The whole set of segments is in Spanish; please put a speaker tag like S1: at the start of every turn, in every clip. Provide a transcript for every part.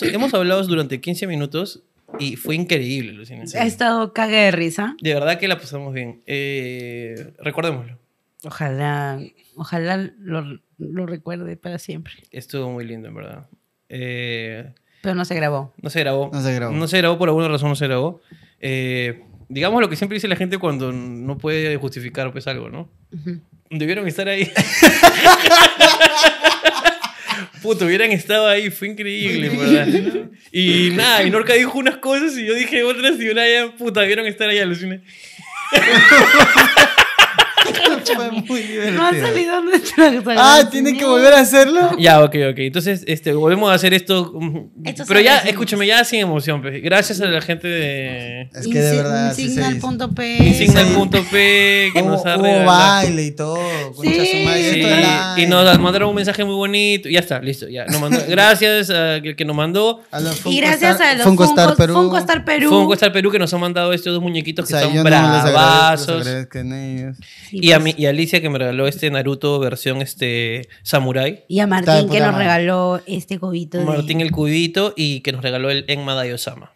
S1: Hemos hablado durante 15 minutos y fue increíble, Lucina.
S2: Ha estado caga de risa.
S1: De verdad que la pasamos bien. Eh, recordémoslo.
S2: Ojalá, ojalá lo, lo recuerde para siempre.
S1: Estuvo muy lindo, en verdad. Eh,
S2: Pero no se grabó.
S1: no se grabó.
S3: No se grabó.
S1: No se grabó, por alguna razón no se grabó. Eh, digamos lo que siempre dice la gente cuando no puede justificar pues algo, ¿no? Debieron estar ahí. Puto, hubieran estado ahí, fue increíble, en ¿verdad? Y nada, y Norca dijo unas cosas y yo dije otras y una ya, puta, debieron estar ahí, aluciné.
S3: Fue muy divertido.
S2: No ha salido nuestro
S3: este- Ah, ¿tiene que volver a hacerlo?
S1: Ya, ok, ok. Entonces, este, volvemos a hacer esto. mm,
S2: Estos
S1: pero ya,
S2: agradecemos.
S1: escúchame, ya sin emoción. pues. Gracias a la gente de
S3: Es que de verdad. así se dice.
S2: Insignal.p.
S1: Insignal.p que nos ha
S3: Hubo- hubo
S1: regalado.
S3: baile y
S2: Sí.
S3: todo. Concha su madre,
S1: Sí,
S3: Oh, esto es eh.
S1: y
S3: live.
S1: nos mandaron un mensaje muy bonito. Ya está, listo. Ya. Nos mandó- gracias al que nos mandó.
S3: A los Funko
S2: Y gracias a
S3: Star-
S2: los
S3: Funko
S2: Funko
S3: Star Perú.
S2: Funko Star Perú.
S1: Funko Star Perú que nos han mandado estos dos muñequitos
S3: O
S1: que
S3: sea,
S1: son
S3: yo no les agradezco, les
S1: bravazos.
S3: agradezco a ellos.
S2: Sí,
S1: y, a
S2: pues.
S1: mí- y a Alicia que me regaló este Naruto versión este samurai.
S2: Y a
S3: Está de
S2: Martín que
S3: puta
S2: nos
S3: madre.
S2: regaló este cubito. de-
S1: Martín el Cubito y que nos regaló el Enma Dayosama.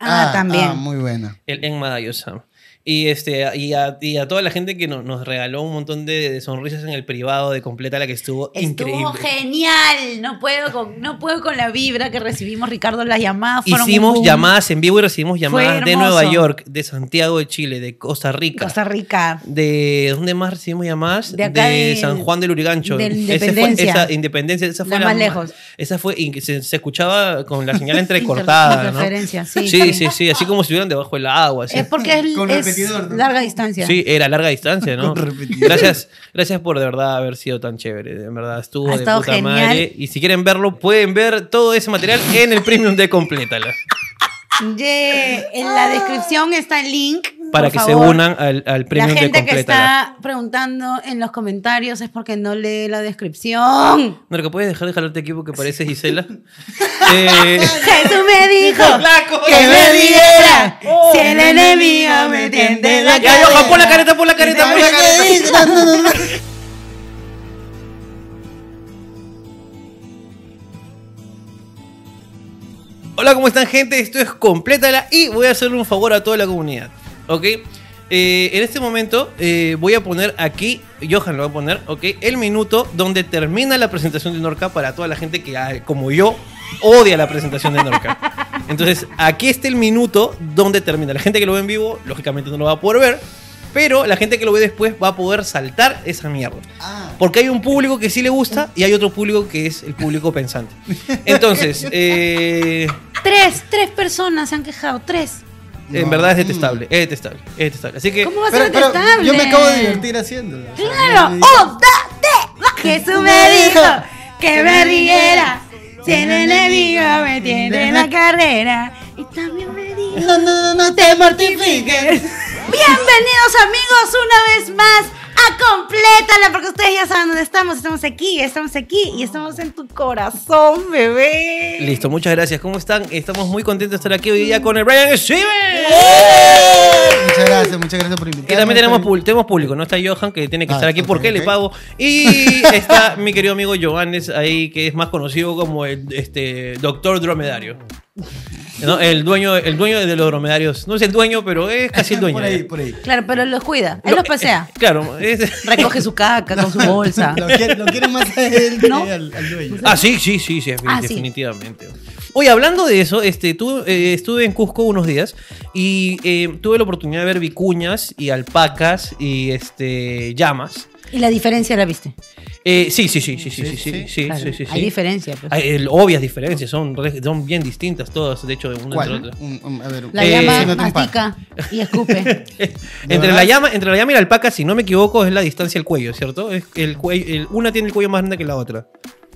S2: Ah, también.
S3: Ah, muy buena.
S1: El Enma Dayosama. Y, este, y, a, y a toda la gente que no- nos regaló un montón de, de sonrisas en el privado de completa la que estuvo, increíble.
S2: Estuvo genial. No puedo, con, no puedo con la vibra que recibimos, Ricardo. Las llamadas fueron.
S1: Hicimos
S2: boom.
S1: llamadas en vivo y recibimos llamadas de
S2: hermoso.
S1: Nueva York, de Santiago de Chile, de Costa Rica.
S2: Costa Rica.
S1: de ¿dónde más recibimos llamadas?
S2: De acá de-
S1: San Juan del Urigancho.
S2: de
S1: Ese fue-
S2: Independencia.
S1: esa Independencia, esa fue
S2: La más lejos.
S1: Esa fue y que se, se escuchaba con la señal entrecortada, ¿no?
S2: Interferencia, sí.
S1: sí, sí, sí, así como si estuvieran debajo del agua, así.
S2: Es porque es,
S3: Con
S2: es
S3: repetidor, ¿no?
S2: larga distancia.
S1: Sí, era larga distancia, ¿no?
S3: Con repetidor.
S1: Gracias, gracias por de verdad haber sido tan chévere. En verdad, estuvo
S2: Ha
S1: de
S2: estado
S1: puta
S2: genial.
S1: madre. Y si quieren verlo, pueden ver todo ese material en el premium de Complétala.
S2: Yeah. En la descripción está el link.
S1: Para
S2: por
S1: que
S2: favor.
S1: se unan al, al
S2: La
S1: premium de
S2: gente que
S1: Complétala.
S2: está preguntando en los comentarios es porque no lee la descripción.
S1: No, que puedes dejar de jalarte equipo que parece Gisela. eh,
S2: Jesús me dijo que me diera si el enemigo me tiende la
S1: Ya,
S2: cabeza.
S1: Johan, pon la careta, pon la careta, pues. pon la careta.
S2: Ah.
S1: Hola, ¿cómo están, gente? Esto es Complétala y voy a hacerle un favor a toda la comunidad. ¿Ok? Eh, en este momento eh, voy a poner aquí, Johan lo va a poner, ¿ok? El minuto donde termina la presentación de Norca para toda la gente que, ah, como yo, odia la presentación de Norca. Entonces, aquí está el minuto donde termina. La gente que lo ve en vivo, lógicamente no lo va a poder ver, pero la gente que lo ve después va a poder saltar esa mierda.
S3: Ah,
S1: Porque hay un público que sí le gusta y hay otro público que es el público pensante. Entonces, eh,
S2: Tres, tres personas se han quejado, tres.
S1: en
S3: No.
S1: verdad es detestable, es detestable, es detestable. Así que
S2: ¿Cómo va a
S3: pero-
S2: ser
S3: pero
S2: detestable?
S3: yo me acabo de divertir haciéndolo.
S2: Claro,
S3: ¡Oh!
S2: oh, da, de, Jesús me dijo que me riera si el enemigo me tiende la carrera. Y también me dijo.
S3: No, no, no, no te mortifiques.
S2: Bienvenidos amigos una vez más a Complétala, porque ustedes ya saben dónde estamos, estamos aquí, estamos aquí y estamos en tu corazón, bebé.
S1: listo, muchas gracias. ¿Cómo están? Estamos muy contentos de estar aquí hoy día con el Brian Steven.
S2: Oh,
S3: Muchas gracias, muchas gracias por invitarme.
S1: Y también tenemos, pub- tenemos público, ¿no? Está Johan, que tiene que
S3: Ah,
S1: estar aquí
S3: ok,
S1: porque le
S3: ok.
S1: pago. Y está mi querido amigo Johannes ahí, que es más conocido como el este, doctor dromedario. ¿No? El, dueño, el dueño de los dromedarios. No es el dueño, pero es casi el dueño.
S3: Por ahí, por ahí.
S2: Claro, pero los cuida, él
S1: Lo-
S2: los pasea,
S1: eh, claro. es-
S2: recoge su caca con su bolsa.
S3: Lo quiere, lo quiere más a él que
S2: ¿No?
S3: al, al dueño.
S1: ah, sí, sí, sí, sí,
S2: Ah, sí.
S1: definitivamente. Oye, hablando de eso, este, tú, eh, estuve en Cusco unos días y eh, tuve la oportunidad de ver vicuñas y alpacas y este, llamas.
S2: Y la diferencia la viste.
S1: Eh, sí, sí, sí, sí, sí, sí, sí, sí,
S2: Claro,
S1: sí, sí,
S2: Hay
S1: sí.
S2: diferencia. pues.
S1: Hay, el- obvias diferencias, son, re- son bien distintas todas, de hecho, de una entre
S3: ¿Cuál?
S1: otra.
S3: Un- un- a ver,
S2: La
S1: Eh,
S2: llama
S3: menciónate un par.
S2: mastica y escupe.
S1: entre, la
S3: verdad?
S1: llama, entre la llama y la alpaca, si no me equivoco, es la distancia del cuello, ¿cierto? Es el cuello, el- una tiene el cuello más grande que la otra.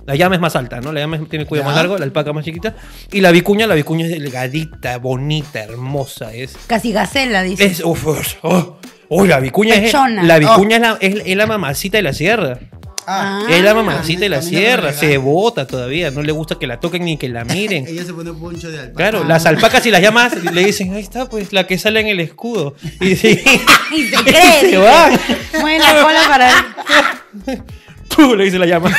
S1: La llama es más alta, ¿no? La llama es- tiene el cuello
S3: Ya.
S1: más largo, la alpaca más chiquita. Y la vicuña, la vicuña es delgadita, bonita, hermosa. Es.
S2: Casi gacela, dice.
S1: es uf, uf, oh, oh, la vicuña, es,
S2: Pechona.
S1: la, vicuña es, la, es- es la mamacita de la sierra.
S3: Oh. Ah,
S1: es la mamacita de la
S3: a mí no me
S1: sierra.
S3: regalan.
S1: Se bota todavía. No le gusta que la toquen ni que la miren.
S3: ella se pone poncho de alpaca.
S1: Claro, las alpacas y las llamas le dicen, ahí está, pues la que sale en el escudo. Y sí,
S2: Y se cree.
S1: se
S2: dice.
S1: va.
S2: Mueve la cola para.
S1: ¡Pum! le dice la llama.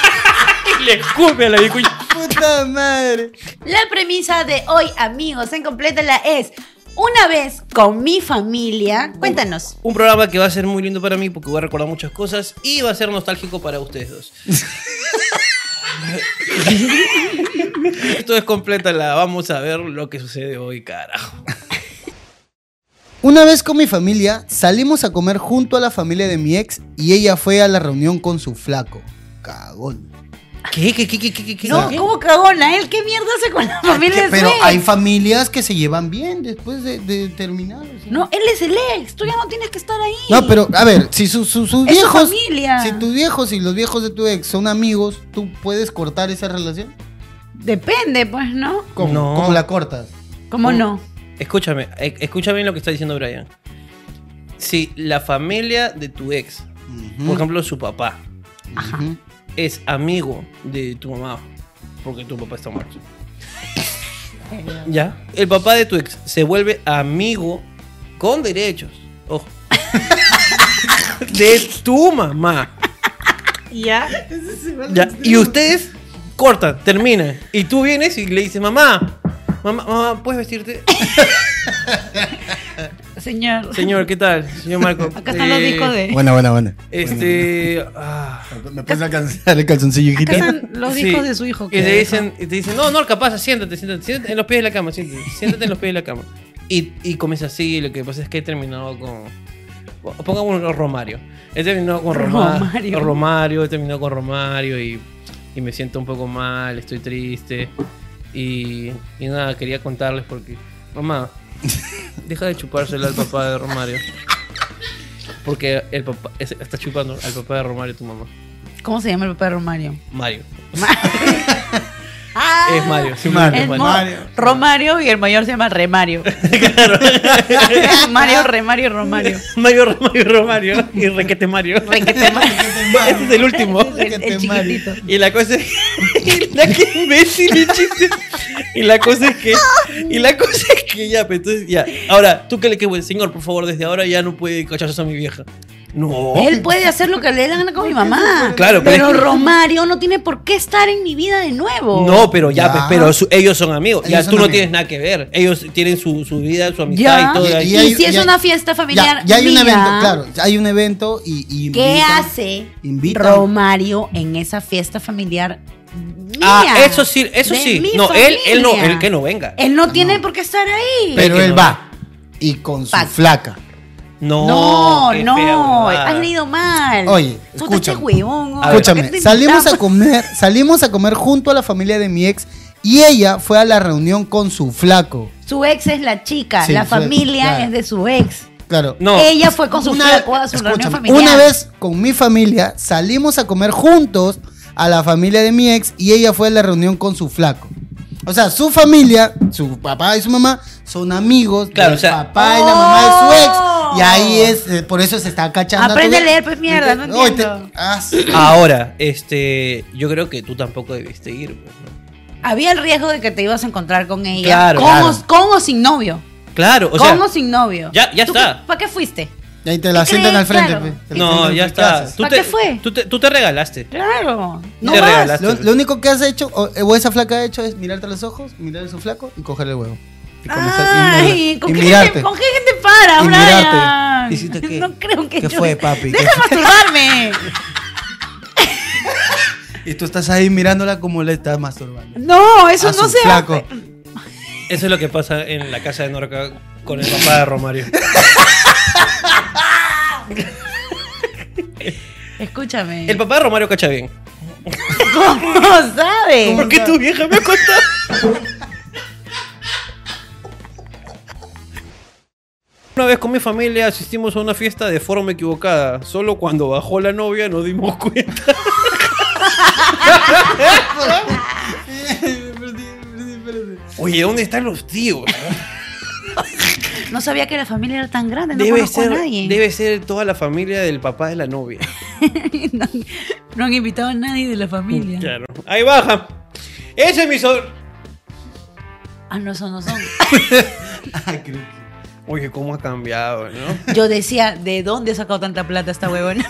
S1: y le escupe a la vicuña.
S3: Puta, Puta madre.
S2: La premisa de hoy, amigos, en Complétala es una vez con mi familia. Cuéntanos.
S1: Un programa que va a ser muy lindo para mí porque voy a recordar muchas cosas y va a ser nostálgico para ustedes dos. Esto es complétala. Vamos a ver lo que sucede hoy, carajo.
S3: Una vez con mi familia, salimos a comer junto a la familia de mi ex y ella fue a la reunión con su flaco. Cagón.
S1: ¿Qué? ¿Qué? ¿Qué? ¿Qué? ¿Qué? qué, qué?
S2: No,
S1: ¿Qué?
S2: ¿cómo cagona? ¿Él qué mierda hace con la familia de su
S3: Pero
S2: ex?
S3: hay familias que se llevan bien después de, de terminar. o sea.
S2: No, él es el ex. Tú ya no tienes que estar ahí.
S3: No, pero a ver, si su- su- sus
S2: Es su
S3: viejos.
S2: familia.
S3: Si tus viejos y los viejos de tu ex son amigos, ¿tú puedes cortar esa relación?
S2: Depende, pues, ¿no?
S3: ¿Cómo,
S1: No.
S3: ¿Cómo la cortas?
S2: ¿Cómo no?
S1: Escúchame, e- escucha bien lo que está diciendo Brian. Si la familia de tu ex, por ejemplo su papá,
S2: Ajá.
S3: Ujú.
S1: es amigo de tu mamá, porque tu papá está muerto. ¿Ya? El papá de tu ex se vuelve amigo con derechos. Ojo. De tu mamá.
S2: Ya.
S1: ¿Ya? Y ustedes cortan, terminan. Y tú vienes y le dices, mamá, mamá, mamá, ¿puedes vestirte?
S2: Señor.
S1: Señor, ¿qué tal? Señor Marco.
S2: Acá están los
S1: Eh,
S2: discos de.
S3: Buena, buena, buena.
S1: Este. ah.
S3: ¿Me puedes alcanzar el calzoncillo,
S2: Acá
S3: hijita?
S2: están los
S1: Sí.
S2: discos de su hijo.
S1: Y
S2: que
S1: te
S2: dejó.
S1: dicen, y te dicen, no, no, capaz, siéntate, siéntate, siéntate en los pies de la cama, siéntate, siéntate en los pies de la cama. Y, y comienza así, lo que pasa es que he terminado con. Pongamos un Romario. He terminado con Roma-
S2: Romario.
S1: Romario, he terminado con Romario y, y me siento un poco mal, estoy triste. Y, y nada, quería contarles porque. Mamá, deja de chupárselo al papá de Romario. Porque el papá es- está chupando al papá de Romario tu mamá.
S2: ¿Cómo se llama el papá de Romario?
S1: Mario.
S2: Ah,
S1: Es Mario. sí,
S3: Mario.
S1: es
S2: el mo-
S3: Mario.
S2: Romario y el mayor se llama Remario. claro. Mario, Remario, Romario.
S1: Mario, Mario, Romario y Requete Mario.
S2: Requete Mario.
S1: Ese es el último.
S2: El, el
S3: Requete Mario.
S2: chiquitito.
S1: Y la cosa es y la que imbécil el chiste. Y la cosa es que y la cosa es que ya, pues, entonces ya. Ahora, tú que le que bueno, señor, por favor, desde ahora ya no puede cacharse a mi vieja. No.
S2: Él puede hacer lo que le dé la gana con mi mamá.
S1: Claro, pero-
S2: pero Romario no tiene por qué estar en mi vida de nuevo.
S1: No, pero ya,
S3: Ya.
S1: pues, pero su- ellos son amigos.
S3: Ellos
S1: ya
S3: son
S1: tú no
S3: amigos.
S1: tienes nada que ver. Ellos tienen su, su vida, su amistad
S2: Ya.
S1: y todo.
S3: Y-
S2: Y,
S1: ahí.
S3: hay-
S2: si es
S3: y hay-
S2: una fiesta familiar.
S3: Ya, ya hay un
S2: mía,
S3: evento, claro. ya Hay un evento y.
S1: pues,
S3: y
S2: ¿Qué
S3: invitan-
S2: hace
S3: Invitan.
S2: Romario en esa fiesta familiar? Mía,
S1: Ah, eso sí, eso
S2: de
S1: sí.
S2: mi
S1: No, él, él no,
S2: familia. Eh,
S1: él que no venga.
S2: Él no tiene por qué estar ahí.
S3: Pero
S1: que
S3: él
S1: no.
S3: va. Y con su
S2: Pac.
S3: flaca.
S1: No,
S2: no,
S1: qué ah.
S2: no,
S1: fea huevada.
S2: has leído mal.
S3: Oye,
S2: Puta,
S3: escúchame.
S2: este huevón, oye,
S1: A ver.
S2: ¿por qué
S3: Escúchame,
S2: te
S3: salimos a
S2: invitamos?
S3: comer, salimos a comer junto a la familia de mi ex y ella fue a la reunión con su flaco.
S2: Su ex es la chica,
S3: Sí,
S2: la
S3: su-
S2: familia
S3: claro.
S2: es de su ex.
S3: Claro.
S1: No.
S2: Ella fue con su
S3: Una-
S2: flaco a su reunión
S3: escúchame,
S2: familiar.
S3: Una vez con mi familia salimos a comer juntos a la familia de mi ex y ella fue a la reunión con su flaco. O sea, su familia, su papá y su mamá son amigos
S1: Claro,
S3: del
S1: o sea-
S3: papá y la mamá de su ex. Y
S2: Oh.
S3: ahí es, eh, por eso se está cachando.
S2: Aprende a
S3: todo.
S2: leer, pues, mierda, no
S3: Oye, te-
S2: entiendo.
S3: ah, sí.
S1: Ahora, este, yo creo que tú tampoco debiste ir. pues, ¿no?
S2: Había el riesgo de que te ibas a encontrar con ella.
S1: Claro,
S2: con,
S1: claro.
S2: O, con o sin novio.
S1: Claro, o
S2: con
S1: sea,
S2: o sin novio.
S1: ya- ya
S2: ¿Tú
S1: está.
S2: qué- ¿Para qué fuiste?
S3: Y ahí te la
S2: ¿Qué
S3: sientan
S2: crees?
S3: al frente.
S2: Claro.
S3: pe. Te la
S1: no, ya
S3: sientan, pe, ¿qué
S1: está.
S3: haces?
S1: Tú
S2: ¿Para
S1: te,
S2: qué fue?
S1: Tú te, tú te regalaste.
S2: Claro. No
S1: Te
S2: vas.
S1: regalaste.
S3: Lo, lo único que has hecho, o, eh, o esa flaca ha hecho, es mirarte a los ojos, mirar a su flaco y cogerle el huevo. Y comenzar- y
S2: Ay,
S3: mirar-
S2: ¿con
S3: y
S2: qué,
S3: mirarte.
S2: gente, ¿con qué gente para,
S3: Y
S2: Brian?
S3: mirarte. Hiciste que-
S2: no creo que
S3: ¿Qué
S2: yo-
S3: fue, papi?
S2: Deja de masturbarme.
S3: Y tú estás ahí mirándola como le estás masturbando.
S2: No, eso
S3: A
S2: no
S3: Ah, su
S2: se
S3: flaco.
S2: hace.
S1: Eso es lo que pasa en la casa de Norca con el papá de Romario.
S2: Escúchame.
S1: El papá de Romario cacha bien.
S2: ¿Cómo sabes?
S1: ¿Por qué tu vieja me ha contado? Una vez con mi familia asistimos a una fiesta de forma equivocada. Solo cuando bajó la novia nos dimos cuenta. Oye, ¿dónde están los tíos?
S2: No sabía que la familia era tan grande, no
S1: Debe
S2: conozco
S1: ser,
S2: a nadie.
S1: debe ser toda la familia del papá de la novia.
S2: no, no han invitado a nadie de la familia.
S1: Claro. Ahí baja. Ese es mi sobrino.
S2: Ah, no, son, no son.
S3: Ah, creo que-
S1: Oye, cómo ha cambiado, ¿no?
S2: Yo decía, ¿de dónde ha sacado tanta plata esta huevona?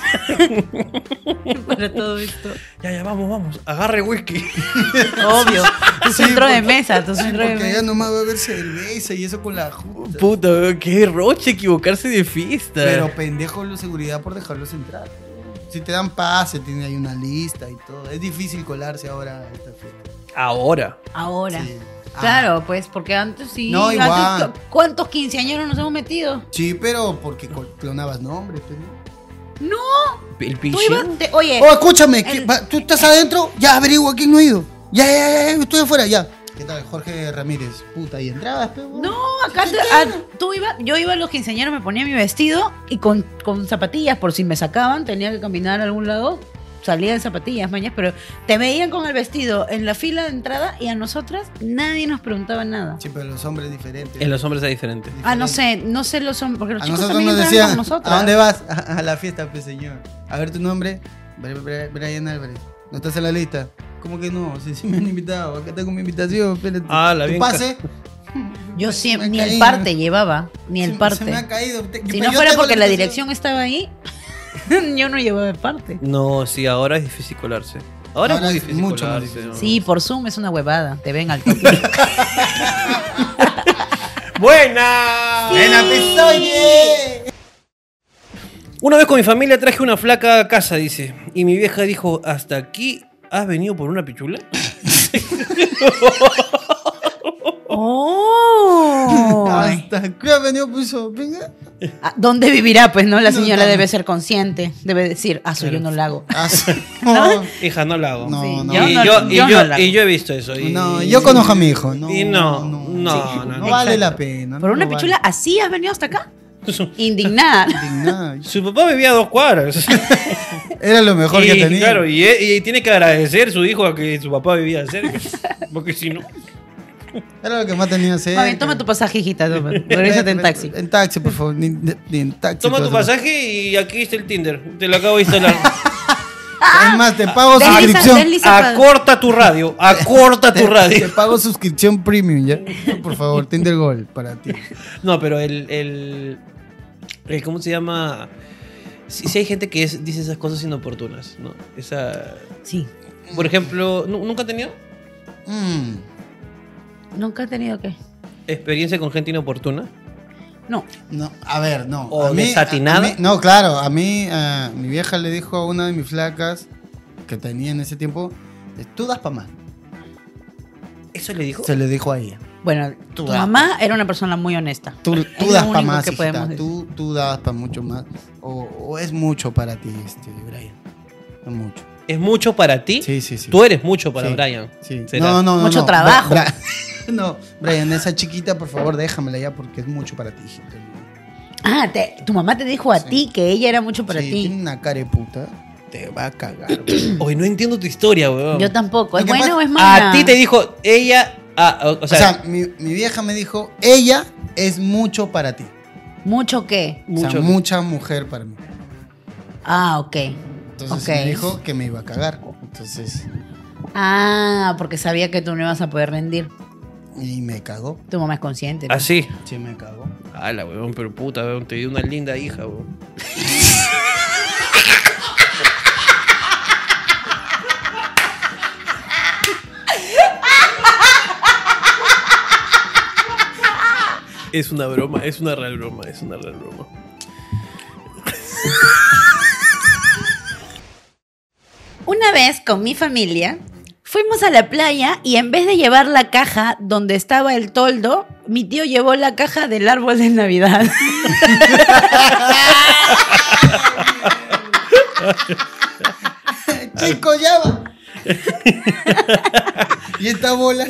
S2: Para todo esto.
S1: Ya, ya, vamos, vamos. Agarre whisky.
S2: Obvio. Tu
S3: Sí,
S2: centro de
S3: porque-
S2: mesa, tu centro de
S3: Porque
S2: mesa.
S3: ella nomás va a ver cerveza y eso con la junta.
S1: Puta, weón, qué roche equivocarse de fiesta.
S3: Pero pendejo la seguridad por dejarlos entrar. Si te dan pase, tiene ahí una lista y todo. Es difícil colarse ahora a esta fiesta.
S1: Ahora.
S2: Ahora.
S3: Sí. Ah,
S2: Claro, pues, porque antes sí.
S3: No,
S2: antes,
S3: igual.
S2: ¿Cuántos quinceañeros nos hemos metido?
S3: Sí, pero porque col- clonabas nombres, pues, ¿no?
S2: No.
S1: El
S2: Tú
S1: pichín.
S2: ibas- te- oye,
S3: Oh, escúchame, ¿qué-
S2: Eh, el-
S3: va- ¿tú estás adentro? Ya averigua quién no ha ido. Ya, ya, ya, ya, estoy afuera, ya. ¿Qué tal? Jorge Ramírez. Puta, y entrabas, pero.
S2: no, acá te- a- tú ibas, yo iba a los quinceañeros, me ponía mi vestido y con, con zapatillas, por si me sacaban, tenía que caminar a algún lado, salía en zapatillas, mañas, pero te veían con el vestido en la fila de entrada y a nosotras nadie nos preguntaba nada.
S3: Sí, pero los hombres diferentes.
S1: En los hombres es diferente.
S2: Ah, no sé, no sé los hombres, porque los
S3: A
S2: chicos
S3: nosotros
S2: también
S3: nos
S2: entraban
S3: decían,
S2: con
S3: ¿a
S2: nosotras.
S3: dónde vas? A, a la fiesta, pues, señor. A ver tu nombre. Bri- Bri- Brian Álvarez. ¿No estás en la lista? ¿Cómo que no? Si sí me han invitado. Acá tengo mi invitación. espérate.
S1: Ah, la
S3: ¿Tu
S1: bien ca-
S3: pase?
S2: Yo
S3: Pues Me
S2: siempre,
S3: ha
S2: ni el
S3: caído.
S2: parte llevaba, ni el
S3: Se-
S2: parte.
S3: Se me ha caído. Te- pues,
S2: Si
S3: yo
S2: no fuera
S3: tengo
S2: porque la
S3: invitación.
S2: dirección estaba ahí, yo no llevaba el parte.
S1: No, sí, ahora es difícil colarse. Ahora, es
S3: Ahora
S1: muy
S3: es
S1: difícil
S3: mucho más
S1: colarse.
S3: difícil.
S1: ¿no?
S2: Sí, por Zoom es una huevada, te ven al toque.
S1: ¡Buena!
S3: ¡Ven a Pesoñe!
S1: Una vez con mi familia traje una flaca a casa, dice. Y mi vieja dijo, ¿hasta aquí has venido por una pichula?
S2: ¡Oh!
S3: Hasta que ha venido, puso. Venga.
S2: Ah, ¿Dónde vivirá? Pues no, la
S3: No,
S2: señora
S3: no.
S2: debe ser consciente, debe decir, ah, soy yo no la hago.
S3: Ah, sí. No,
S1: Hija, no la hago.
S3: No,
S2: Sí,
S3: no.
S2: yo
S1: y,
S2: no-
S1: yo, y
S2: yo
S1: yo-
S2: no la
S1: y
S2: hago.
S1: yo he visto eso. y-
S3: No, yo conozco a mi hijo. No,
S1: Y no, no,
S3: sí,
S1: no,
S3: no
S1: no.
S3: vale
S2: Exacto.
S3: la pena.
S2: ¿Por
S3: no
S2: una
S3: vale.
S2: pichula así has venido hasta acá? Indignada.
S3: Indignado.
S1: Su papá vivía a dos cuadras.
S3: Era lo mejor
S1: y,
S3: que tenía.
S1: Claro, y, y tiene que agradecer su hijo a que su papá vivía cerca. Porque si no.
S3: Era lo que más tenía hacer.
S2: Mami, toma tu pasaje, hijita, toma. Regrésate en taxi.
S3: En taxi, por favor. Ni, ni en taxi.
S1: Toma
S3: por
S1: tu
S3: favor.
S1: pasaje y aquí está el Tinder. Te lo acabo de instalar.
S3: Es más, te pago
S2: Desliza,
S3: suscripción.
S2: desliza.
S1: acorta tu radio. Acorta tu
S3: Te
S1: radio.
S3: pago suscripción premium, ¿ya? Por favor, Tinder Gold para ti.
S1: No, pero el. el, el- ¿Cómo se llama? Si, hay gente que es- dice esas cosas inoportunas, ¿no? Esa.
S2: Sí.
S1: Por ejemplo, ¿nu- ¿nunca han tenido
S3: Mm.
S2: ¿Nunca he tenido que?
S1: experiencia con gente inoportuna?
S2: No.
S3: No, a ver, no.
S1: ¿O
S3: a mí-
S1: desatinada?
S3: a mí- no, claro, a mí, eh, mi vieja le dijo a una de mis flacas que tenía en ese tiempo, eh, tú das pa' más.
S1: ¿Eso le dijo?
S3: Se le dijo a ella.
S2: Bueno,
S3: Tú
S2: tu
S3: das.
S2: mamá era una persona muy honesta.
S3: Tú,
S2: Es
S3: tú
S2: lo
S3: das pa'
S2: único
S3: más,
S2: que
S3: hijita,
S2: podemos decir.
S3: Tú, tú das pa' mucho más. O, o es mucho para ti, este, Brian. Es mucho.
S1: ¿Es mucho para ti?
S3: Sí, sí, sí.
S1: Tú eres mucho para
S3: Sí,
S1: Brian.
S3: Sí.
S1: ¿Será?
S3: No, no, no.
S2: Mucho
S3: no.
S2: trabajo.
S3: Bra- Bra- no, Brian, esa chiquita, por favor, déjamela ya porque es mucho para ti, hijita.
S2: Ah, te- tu mamá te dijo a ti que ella era mucho para
S3: Sí,
S2: ti.
S3: Tiene una cara de puta. Te va a cagar.
S1: Hoy no entiendo tu historia, weón.
S2: Yo tampoco. ¿Es
S3: Lo que
S2: buena
S3: pasa-
S2: o es mala?
S1: A ti te dijo ella. ah, o, o
S3: O sea,
S1: sea,
S3: mi, mi vieja me dijo, ella es mucho para ti.
S2: ¿Mucho qué?
S3: O sea,
S1: mucho.
S3: mucha mujer para mí.
S2: Ah, ok.
S3: Entonces
S2: Ok.
S3: me dijo que me iba a cagar. Entonces,
S2: Ah, porque sabía que tú no ibas a poder rendir.
S3: y me cagó.
S2: Tu mamá es consciente. ¿no?
S1: así.
S3: Sí, me cagó.
S1: Ala, weón, pero puta, weón, te dio una linda hija, weón. Es una broma, es una real broma, es una real broma.
S2: Una vez con mi familia fuimos a la playa y en vez de llevar la caja donde estaba el toldo, mi tío llevó la caja del árbol de Navidad.
S3: Chico, ya va. y esta bola.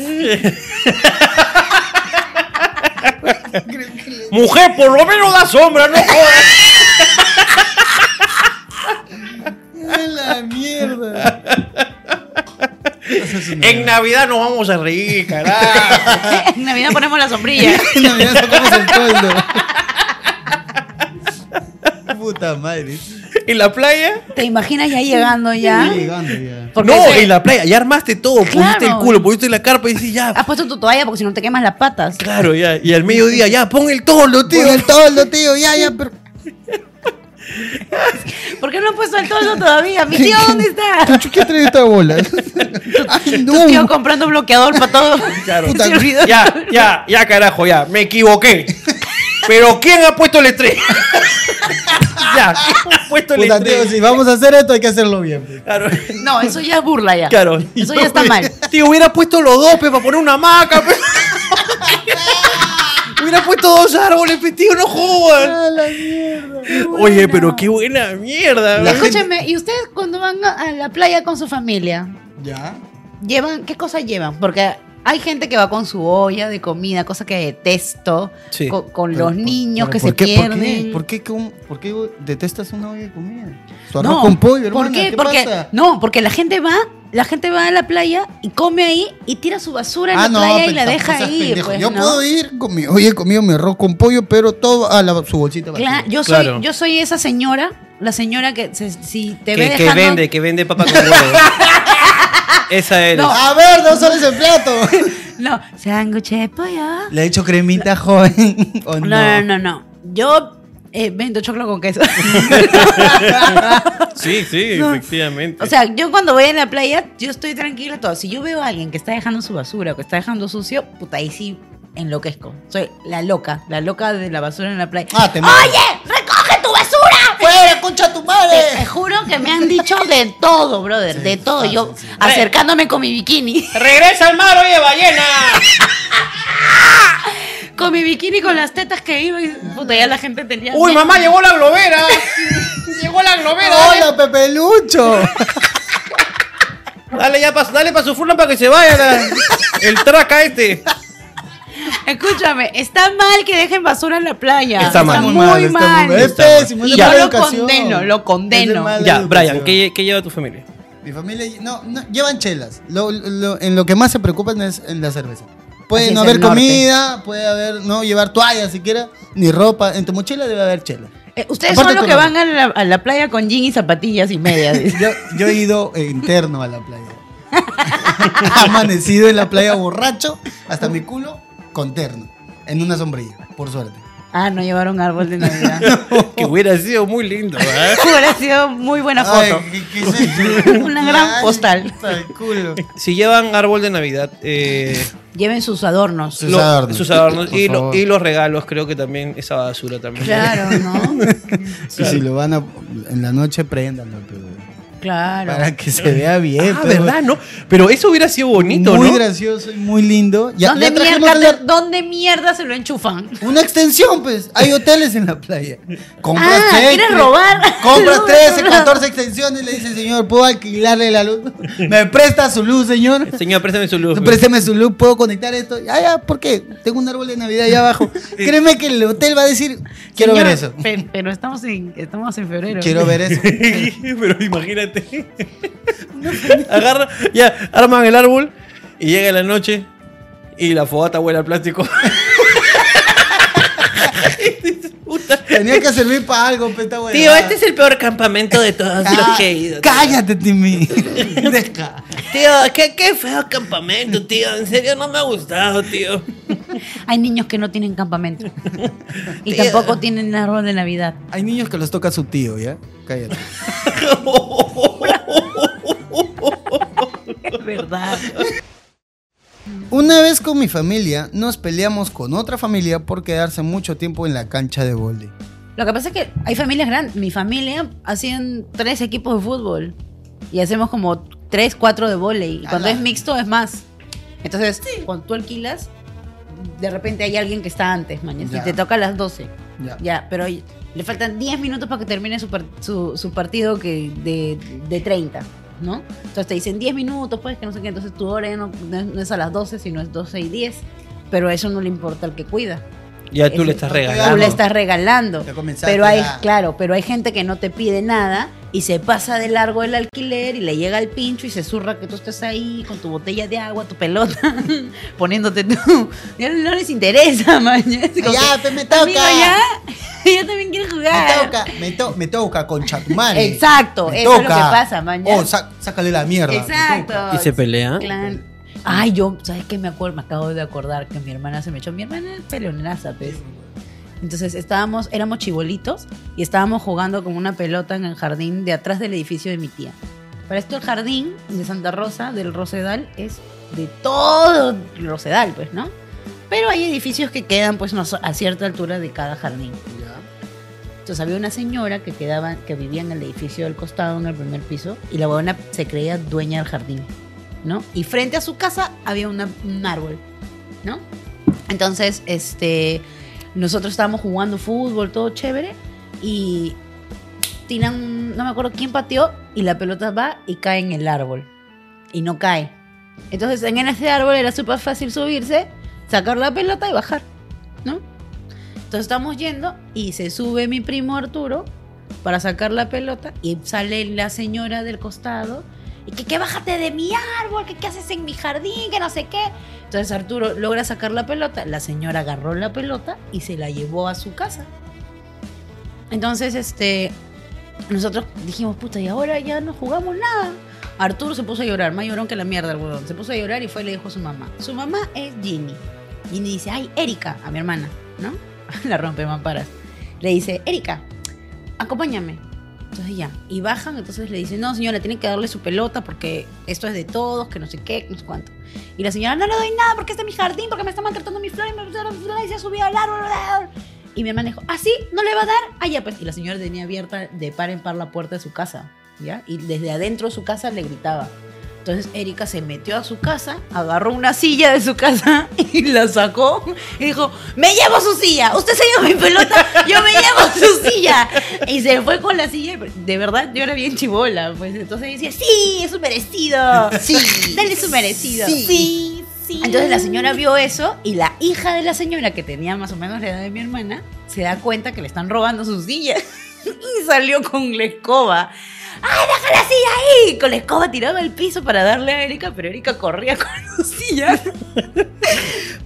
S1: Mujer, por lo menos la sombra, no jodas.
S3: ¡A la mierda! Esa es una-
S1: En Navidad nos vamos a reír, carajo.
S2: en Navidad ponemos la sombrilla.
S3: En Navidad sacamos el toldo. Puta madre.
S1: ¿Y la playa?
S2: ¿Te imaginas ya llegando ya?
S3: Llegando ya.
S2: Porque
S1: no,
S2: ese-
S1: en la playa. Ya armaste todo. Pusiste el
S2: Claro.
S1: culo, pusiste la carpa y dices, ya.
S2: Has puesto tu toalla porque si no te quemas las patas.
S1: Claro, ya. Y al mediodía, ya, pon el toldo, tío.
S3: Tío, el toldo, tío, ya, ya, pero.
S2: ¿Por qué no han puesto el toldo todavía? ¿Mi tío dónde está?
S3: Chuchu, ¿qué trae esta bola? Ay,
S2: Tu tío
S3: no.
S2: comprando bloqueador para todo.
S1: Claro.
S2: Se olvidó.
S1: Ya, ya, ya, carajo, ya. Me equivoqué. Pero ¿quién ha puesto el estrés? ya, ¿quién ha puesto el
S3: Puta, tío,
S1: estrés?
S3: si vamos a hacer esto, hay que hacerlo bien. pues.
S1: Claro.
S2: No, eso ya es burla ya.
S1: Claro.
S2: Eso ya está mal.
S1: Tío, hubiera puesto los dos, pe, para poner una hamaca, pe. Hubiera puesto dos árboles, pe, tío, no jodas.
S3: A la mierda.
S1: Oye, pero qué buena mierda.
S3: La
S1: pe.
S3: gente-
S2: Escúcheme, ¿y ustedes cuando van a- a la playa con su familia,
S3: Ya.
S2: llevan, qué cosas llevan? Porque hay gente que va con su olla de comida, cosa que detesto,
S1: Sí.
S2: co- con,
S3: Pero,
S2: los
S3: por-
S2: niños
S3: pero
S2: que
S3: ¿por
S2: se
S3: qué-
S2: pierden.
S3: ¿Por qué, por, qué, ¿Por qué detestas una olla de comida? Su arroz
S2: No,
S3: con pollo,
S2: ¿por
S3: hermana,
S2: qué?
S3: ¿qué,
S2: porque,
S3: pasa?
S2: No, porque la gente va, la gente va a la playa y come ahí y tira su basura
S3: Ah,
S2: en la playa y
S3: pero
S2: la
S3: tampoco
S2: deja
S3: seas
S2: ahí.
S3: pendejo.
S2: pues,
S3: yo
S2: ¿no?
S3: puedo ir con mi olla he comido mi arroz con pollo, pero todo a la, su bolsita vacía.
S2: Cla- yo soy,
S1: Claro.
S2: yo soy esa señora, la señora que se- si te ve
S1: Que, que
S2: dejando-
S1: vende, que vende papa con huevo. Esa eres.
S2: No.
S3: A ver, no sales el plato.
S2: No, sándwich de pollo.
S3: Le he hecho cremita joven. ¿o
S2: No, no, no, no. Yo eh, vendo choclo con queso.
S1: Sí, sí,
S2: No.
S1: efectivamente.
S2: O sea, yo cuando voy a la playa, yo estoy tranquila todo. Si yo veo a alguien que está dejando su basura o que está dejando sucio, puta, ahí sí enloquezco. Soy la loca, la loca de la basura en la playa.
S3: Ah, te Pues, mato.
S2: ¡Oye! ¡Recoge tu basura!
S3: ¡Fuera, concha tu madre!
S2: Te, te juro que me han dicho de todo, brother, de todo.
S3: eh. sí,
S2: Yo
S3: sí.
S2: acercándome con mi bikini,
S1: ¡Regresa al mar, oye, ballena!
S2: con mi bikini, con las tetas que iba y puta, ya la gente tenía.
S1: ¡Uy,
S2: miedo.
S1: mamá, llegó la globera! ¡Llegó la globera! Dale,
S3: ¡Hola, Pepe Lucho!
S1: Dale ya, pas- dale para su furna para que se vaya la- el traca este.
S2: Escúchame, está mal que dejen basura en la playa.
S1: Está mal.
S2: muy
S1: Muy
S2: mal.
S3: Es
S1: Está mal.
S3: pésimo,
S2: Y
S3: es de
S2: yo
S3: mala
S2: lo
S3: educación.
S2: condeno, lo condeno.
S3: Es de mala
S1: Ya,
S3: educación.
S1: Brian, ¿qué, qué lleva tu familia?
S3: Mi familia, no, no, llevan chelas. Lo- lo- en lo que más se preocupan es en la cerveza. Puede
S2: Así
S3: no
S2: es
S3: haber
S2: el norte.
S3: comida, puede haber no llevar toalla siquiera, ni ropa. En tu mochila debe haber chela.
S2: Eh, Ustedes
S3: Aparte
S2: son los
S3: tu
S2: que
S3: nombre.
S2: van a la, a la playa con jean y zapatillas y medias. dice.
S3: Eh, Yo, yo he ido eh, interno a la playa. He Amanecido en la playa borracho, hasta mi culo, con terno. En una sombrilla, por suerte.
S2: ah, no llevaron árbol de Navidad.
S1: Oh, Que hubiera sido muy lindo, ¿eh? ¿verdad?
S2: Hubiera sido muy buena foto.
S3: Ay, ¿qué- qué es eso?
S2: Una gran
S3: Ay,
S2: postal.
S3: hasta el culo.
S1: Si llevan árbol de Navidad, eh,
S2: Lleven sus adornos.
S3: Sus
S1: lo-
S3: adornos.
S1: sus adornos
S3: Por
S1: y, lo-
S3: favor.
S1: y los regalos, creo que también esa basura también.
S2: Claro, ¿no?
S3: Y si lo van a. En la noche, préndanlo, pero-
S2: Claro.
S3: Para que se vea bien.
S1: Ah,
S3: pero-
S1: ¿verdad? No, pero eso hubiera sido bonito,
S3: muy
S1: ¿no?
S3: gracioso y muy lindo. Ya,
S2: ¿Dónde,
S3: ya trajimos
S2: mierda,
S3: la-
S2: te- dónde mierda se lo enchufan?
S3: una extensión, pues. Hay hoteles en la playa. Compras
S2: Ah,
S3: tres,
S2: ¿quieres
S3: tre-
S2: robar?
S3: Compras
S2: No,
S3: 13,
S2: no.
S3: 14 extensiones. Le dice, señor, ¿puedo alquilarle la luz? ¿Me presta su luz, señor?
S1: Señor, préstame su luz.
S3: Présteme su luz, ¿puedo conectar esto? Ah, ya, ¿por qué? Tengo un árbol de Navidad allá abajo. Créeme que el hotel va a decir, quiero
S2: Señor,
S3: ver eso.
S2: pe- pero estamos en, estamos en febrero.
S3: Quiero ver eso.
S1: pero imagínate. Agarra, ya, arman el árbol y llega la noche y la fogata huele a plástico. Puta.
S3: Tenía que servir para algo, pues, esta
S1: Tío,
S3: huevada.
S1: este es el peor campamento de todos los
S3: Cá-
S1: que he ido. tío.
S3: Cállate, Timmy. Deja.
S1: Tío, qué, qué feo campamento, tío. En serio, no me ha gustado, tío.
S2: Hay niños que no tienen campamento. y
S1: Tío.
S2: tampoco tienen árbol de Navidad.
S3: Hay niños que los toca su tío, ¿ya? Cállate.
S2: Es verdad.
S3: Una vez con mi familia, nos peleamos con otra familia por quedarse mucho tiempo en la cancha de vóley.
S2: Lo que pasa es que hay familias grandes. Mi familia hacían tres equipos de fútbol y hacemos como tres, cuatro de volei. Y cuando
S3: Ala.
S2: es mixto es más. Entonces, cuando tú alquilas, de repente hay alguien que está antes, mañana.
S3: Ya.
S2: Y te toca a las 12.
S3: Ya.
S2: Ya, pero y- le faltan 10 minutos para que termine su, par- su, su partido que de, de 30, ¿no? Entonces te dicen 10 minutos, pues, que no sé qué. Entonces tu hora ya no, no es- no es a las 12, sino es 12 y 10. Pero eso no le importa al que cuida.
S1: Ya tú
S2: Ese-
S1: le estás
S3: Claro.
S2: Tú le
S1: regalando.
S2: estás regalando.
S3: Ya comenzaste,
S2: Pero hay,
S3: ya.
S2: claro, pero hay gente que no te pide nada y se pasa de largo el alquiler y le llega el pincho y se zurra que tú estás ahí con tu botella de agua, tu pelota, poniéndote tú. Ya No les interesa, mañana.
S3: Ya, pues me toca.
S2: Amigo, ya. yo también quiero
S3: Me
S2: jugar.
S3: toca, me, to- me toca con Chatumani.
S2: Exacto, eso es lo que pasa, mañana.
S3: Oh, sa- sácale la mierda. me toca.
S2: Exacto.
S4: Y se pelea.
S2: Clan. Ay, yo, ¿sabes qué? Me acuerdo, me acabo de acordar que mi hermana se me echó. Mi hermana es peleonaza, pues. Entonces estábamos, éramos chibolitos y estábamos jugando con una pelota en el jardín de atrás del edificio de mi tía. Para esto el jardín de Santa Rosa, del Rosedal, es de todo el Rosedal, pues, ¿no? Pero hay edificios que quedan pues unos- a cierta altura de cada jardín. Entonces había una señora que quedaba, que vivía en el edificio del costado, en el primer piso, y la huevona se creía dueña del jardín, ¿no? Y frente a su casa había una- un árbol, ¿no? Entonces, este, nosotros estábamos jugando fútbol, todo chévere, y tiran, un- no me acuerdo quién pateó, y la pelota va y cae en el árbol, y no cae. Entonces, en ese árbol era súper fácil subirse, sacar la pelota y bajar, ¿no? Entonces estamos yendo y se sube mi primo Arturo para sacar la pelota y sale la señora del costado y que, que bájate de mi árbol, que qué haces en mi jardín, que no sé qué. Entonces Arturo logra sacar la pelota, la señora agarró la pelota y se la llevó a su casa. Entonces, este, nosotros dijimos, puta, y ahora ya no jugamos nada. Arturo se puso a llorar, más llorón que la mierda el huevón. Se puso a llorar y fue y le dijo a su mamá. Su mamá es Ginny. Ginny dice, ay, Erika, a mi hermana, ¿no? la rompe mamparas. Le dice, Erika, acompáñame. Entonces ya, y bajan, entonces le dice, no señora, tiene que darle su pelota porque esto es de todos, que no sé qué, que no sé cuánto. Y la señora, no le doy nada porque este es mi jardín, porque me está maltratando mi flor y, me, y se ha subido al árbol. bla, bla, bla". Y mi hermana dijo, ¿ah, sí? ¿No le va a dar? Ah, ya, pues. Y la señora tenía abierta de par en par la puerta de su casa, ¿ya? Y desde adentro de su casa le gritaba. Entonces Erika se metió a su casa, agarró una silla de su casa y la sacó y dijo, me llevo su silla, usted se lleva mi pelota, yo me llevo su silla. Y se fue con la silla, de verdad yo era bien chivola, pues entonces decía, sí, es un merecido, sí, dale su merecido,
S3: Sí.
S2: sí, sí. Entonces la señora vio eso y la hija de la señora, que tenía más o menos la edad de mi hermana, se da cuenta que le están robando su silla y salió con la escoba. ¡Ay, deja la silla ahí! Con la escoba tiraba al piso para darle a Erika, pero Erika corría con su silla.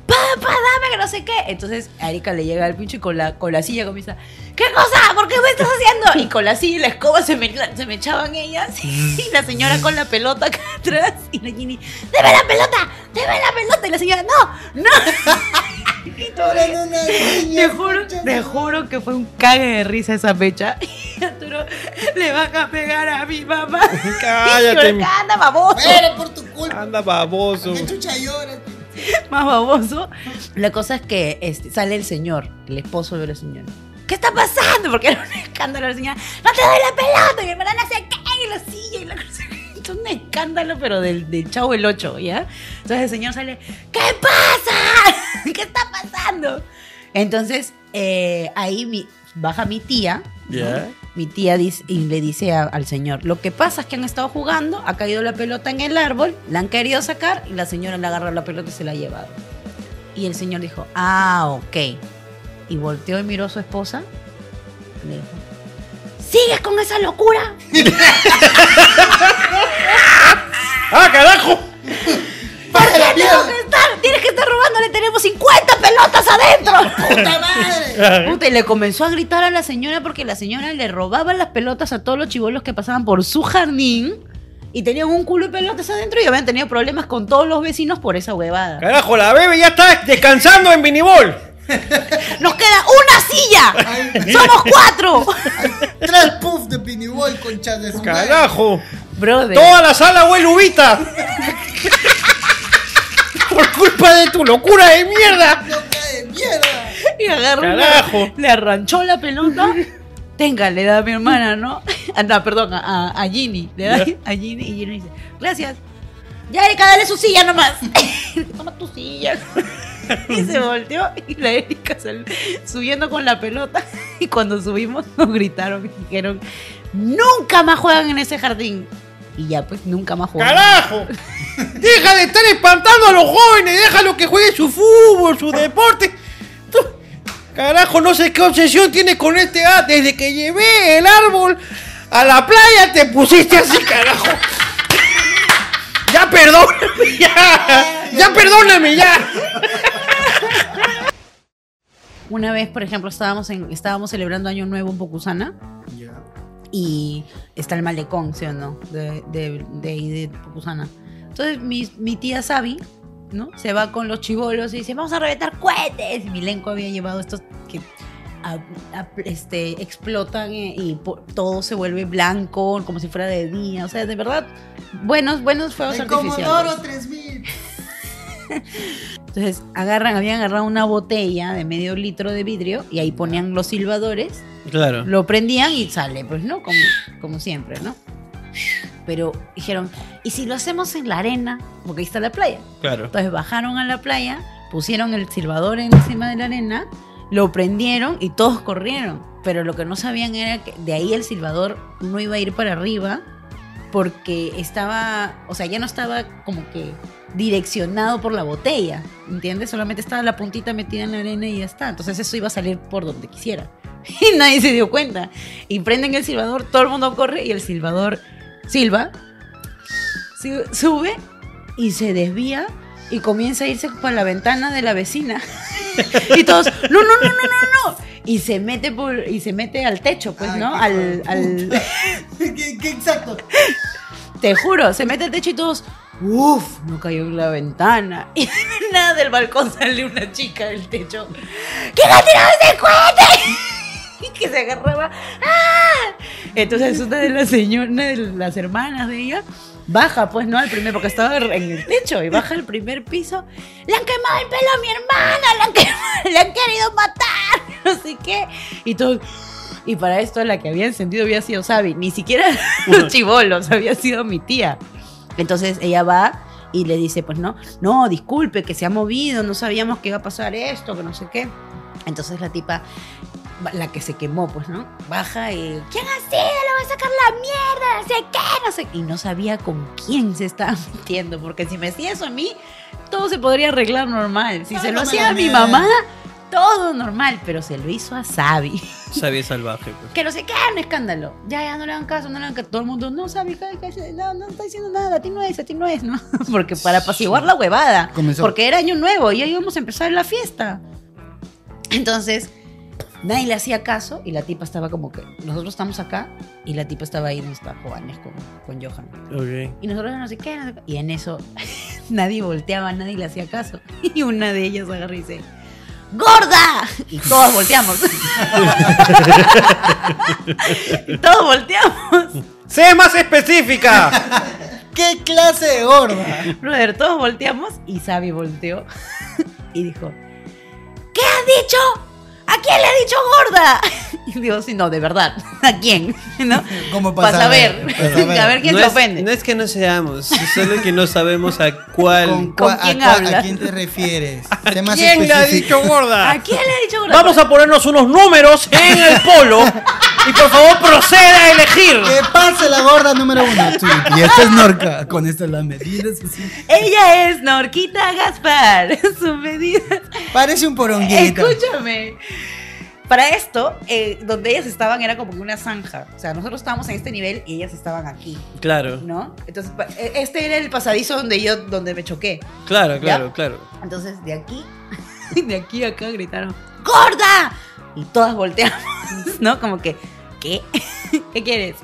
S2: ¡Papá, dame que no sé qué! Entonces a Erika le llega al pincho y con la, con la silla comienza, ¿qué cosa? ¿Por qué me estás haciendo? Y con la silla y la escoba se me, se me echaban ellas y la señora con la pelota acá atrás y la Ginny, ¡deme la pelota! ¡Deme la pelota! Y la señora, ¡no! ¡No! Y todavía-
S3: Ahora no, no, niña,
S2: te juro,
S3: escucha.
S2: te juro que fue un cague de risa esa fecha. Y Arturo, le van a pegar a mi mamá.
S1: Cállate,
S2: Y yo, Anda, baboso.
S3: Era por tu culpa.
S1: anda baboso.
S3: ¿Qué chucha lloras? tío?
S2: Más baboso. La cosa es que este, sale el señor, el esposo de la señora. ¿Qué está pasando? Porque era un escándalo la señora. ¡No te doy la pelota! Y mi hermana se cae y la silla y la cosa. Es un escándalo, pero del, del chavo el 8, ¿ya? Entonces el señor sale, ¿qué pasa? ¿Qué está pasando? Entonces, eh, ahí mi- baja mi tía,
S4: Ya.
S2: mi tía dice- y le dice a- al señor, lo que pasa es que han estado jugando, ha caído la pelota en el árbol, la han querido sacar y la señora le agarró la pelota y se la ha llevado. Y el señor dijo, ah, ok. Y volteó y miró a su esposa. y Le dijo, ¿sigues con esa locura?
S1: ¡Ah, carajo!
S3: ¡Para
S2: Tengo
S3: la mierda!
S2: que estar- tienes que estar robándole, tenemos 50 pelotas adentro.
S3: ¡Puta madre!
S2: Puta, y le comenzó a gritar a la señora porque la señora le robaba las pelotas a todos los chivolos que pasaban por su jardín y tenían un culo de pelotas adentro y habían tenido problemas con todos los vecinos por esa huevada.
S1: Carajo, la bebé ya está descansando en vinibol.
S2: ¡Nos queda una silla! ¡Somos cuatro!
S3: Tres puff de pinibol, concha de su madre.
S1: Carajo.
S2: Brother.
S1: Toda la sala huele ubita. Por culpa de tu locura de mierda.
S3: ¡No cae mierda!
S2: Y agarró. una-
S1: Carajo.
S2: Le arranchó la pelota. Tenga, le da a mi hermana, ¿no? Ah, no, perdón, a, a Ginny. Le da a Ginny y Ginny dice, gracias. Ya, Erika, dale su silla nomás. Toma tu silla. Y se volteó y la Erika salió subiendo con la pelota. Y cuando subimos nos gritaron y dijeron, nunca más juegan en ese jardín. Y ya, pues, nunca más juegan.
S1: Carajo. Deja de estar espantando a los jóvenes. Déjalo que juegue su fútbol, su deporte. Tú- Carajo, no sé qué obsesión tienes con este A. Desde que llevé el árbol a la playa te pusiste así, carajo. Ya perdóname, ya. Ya perdóname, ya.
S2: Una vez, por ejemplo, estábamos, en, estábamos celebrando Año Nuevo en Pocusana
S3: Ya.
S2: y está el malecón, ¿sí o no? De, de, de ahí de Pocusana. Entonces mi, mi tía Sabi, ¿no? Se va con los chivolos y dice, vamos a reventar cohetes. Y Milenko había llevado estos que a- a- este, explotan eh, y, po- todo se vuelve blanco, como si fuera de día. O sea, de verdad, buenos, buenos fuegos
S3: El
S2: artificiales.
S3: Comodoro 3000.
S2: Entonces agarran, habían agarrado una botella de medio litro de vidrio y ahí ponían los silbadores
S1: Claro.
S2: lo prendían y sale, pues, ¿no? Como, como siempre, ¿no? Pero dijeron, ¿y si lo hacemos en la arena? Porque ahí está la playa.
S1: Claro.
S2: Entonces bajaron a la playa, pusieron el silbador encima de la arena, lo prendieron y todos corrieron. Pero lo que no sabían era que de ahí el silbador no iba a ir para arriba porque estaba, o sea, ya no estaba como que direccionado por la botella, ¿entiendes? Solamente estaba la puntita metida en la arena y ya está. Entonces eso iba a salir por donde quisiera. Y nadie se dio cuenta. Y prenden el silbador, todo el mundo corre y el silbador silba, si- sube y se desvía y comienza a irse para la ventana de la vecina. y todos, no, no, no, no, no, no. Y se mete por, y se mete al techo, pues,
S3: Ay,
S2: ¿no?
S3: qué
S2: Al,
S3: hijo de
S2: al,
S3: puta. ¿Qué, qué exacto?
S2: te juro, se mete al techo y todos, uff, no cayó en la ventana. Y de nada del balcón sale una chica del techo. ¿Quién ha tirado ese cohete? Y que se agarraba. ¡Ah! Entonces una de las señoras, una de las hermanas de ella, baja, pues no al primer, porque estaba en el techo, y baja al primer piso. Le han quemado el pelo a mi hermana, le han, quemado- le han querido matar, no sé qué. Y todo. Y para esto la que había encendido había sido Sabi, ni siquiera los chivolos, había sido mi tía. Entonces ella va y le dice, pues no, no, disculpe, que se ha movido, no sabíamos que iba a pasar esto, que no sé qué. Entonces la tipa, la que se quemó, pues, ¿no? Baja y, ¿quién ha sido? Le va a sacar la mierda, no sé qué, no sé qué. Y no sabía con quién se estaba metiendo, porque si me hacía eso a mí, todo se podría arreglar normal. Si
S3: Ay,
S2: se lo
S3: no me
S2: hacía
S3: la
S2: a mi
S3: niegues.
S2: mamá, todo normal, pero se lo hizo a Sabi
S1: Sabía salvaje, pues.
S2: que no sé qué, un escándalo. Ya, ya no le dan caso, no le dan caso. Todo el mundo, no sabe, ca- ca- no, no está diciendo nada, a ti no es, a ti no es, ¿no? Porque para apaciguar la huevada.
S3: Comenzó.
S2: Porque era año nuevo y ya íbamos a empezar la fiesta. Entonces, nadie le hacía caso y la tipa estaba como que, nosotros estamos acá y la tipa estaba ahí en está jóvenes con, con Johan.
S1: Ok.
S2: Y nosotros no sé qué, no sé qué. Y en eso nadie volteaba, nadie le hacía caso. Y una de ellas agarra y dice, ¡Gorda! Y todos volteamos. Y todos volteamos.
S1: ¡Sé más específica!
S3: ¿Qué clase de gorda?
S2: Brother, todos volteamos. Y Sabi volteó y dijo, ¿qué has dicho? ¿A quién le has dicho gorda? Y digo, sí, no, de verdad. ¿A quién? ¿No?
S3: Como
S2: Para
S3: para
S2: saber.
S3: saber, para saber.
S2: A ver quién
S1: no
S2: se
S1: es,
S2: ofende.
S1: No es que no seamos, solo que no sabemos a cuál.
S3: ¿Con,
S2: ¿Con
S3: cua- a,
S2: quién
S3: cua-
S2: hablas?
S3: ¿A quién te refieres? Temas
S1: ¿Quién le ha
S3: específicos.
S1: dicho gorda?
S2: ¿A quién le has dicho gorda?
S1: Ah. Vamos a ponernos unos números en el polo y por favor proceda a elegir.
S3: Que pase la gorda número uno. Sí, Y esta es Norca. Con esta la medidas así.
S2: Ella es Norquita Gaspar. Sus medidas.
S3: Parece un poronguito.
S2: Escúchame. Para esto, eh, donde ellas estaban era como que una zanja. O sea, nosotros estábamos en este nivel y ellas estaban aquí,
S1: Claro,
S2: ¿no? Entonces, pa- eh, este era el pasadizo donde yo, donde me choqué.
S1: claro,
S2: ¿Ya?
S1: claro, claro.
S2: Entonces, de aquí, de aquí a acá gritaron, ¡Gorda! Y todas volteamos, ¿no? Como que, ¿qué? ¿Qué quieres?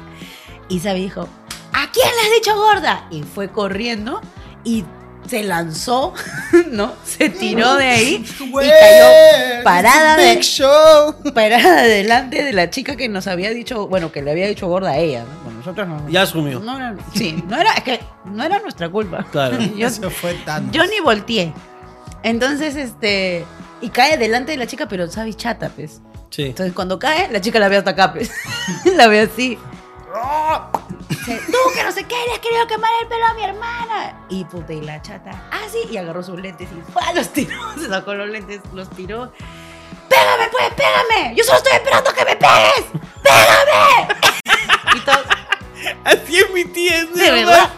S2: Y Sabi dijo, ¿a quién le has dicho gorda? Y fue corriendo y se lanzó, ¿no? Se tiró de ahí y cayó parada de,
S3: Big Show.
S2: parada delante de la chica que nos había dicho, bueno, que le había dicho gorda a ella, ¿no? Bueno, nosotros no.
S1: Ya asumió.
S2: no era, sí, no era, es que no era nuestra culpa.
S1: Claro.
S2: Yo-
S3: Eso fue Thanos.
S2: yo ni volteé. Entonces, este. Y cae delante de la chica, pero sabe chata, pues.
S1: Sí.
S2: Entonces, cuando cae, la chica la ve hasta acá, pues. la ve así. Dice, Tú que no sé qué, le has querido quemar el pelo a mi hermana. Y puta, y la chata, así, y agarró sus lentes y ¡fua! los tiró. Se sacó los lentes, los tiró. ¡Pégame, pues, pégame! ¡Yo solo estoy esperando que me pegues! ¡Pégame! y todos,
S1: Así es mi tía, es
S2: de verdad.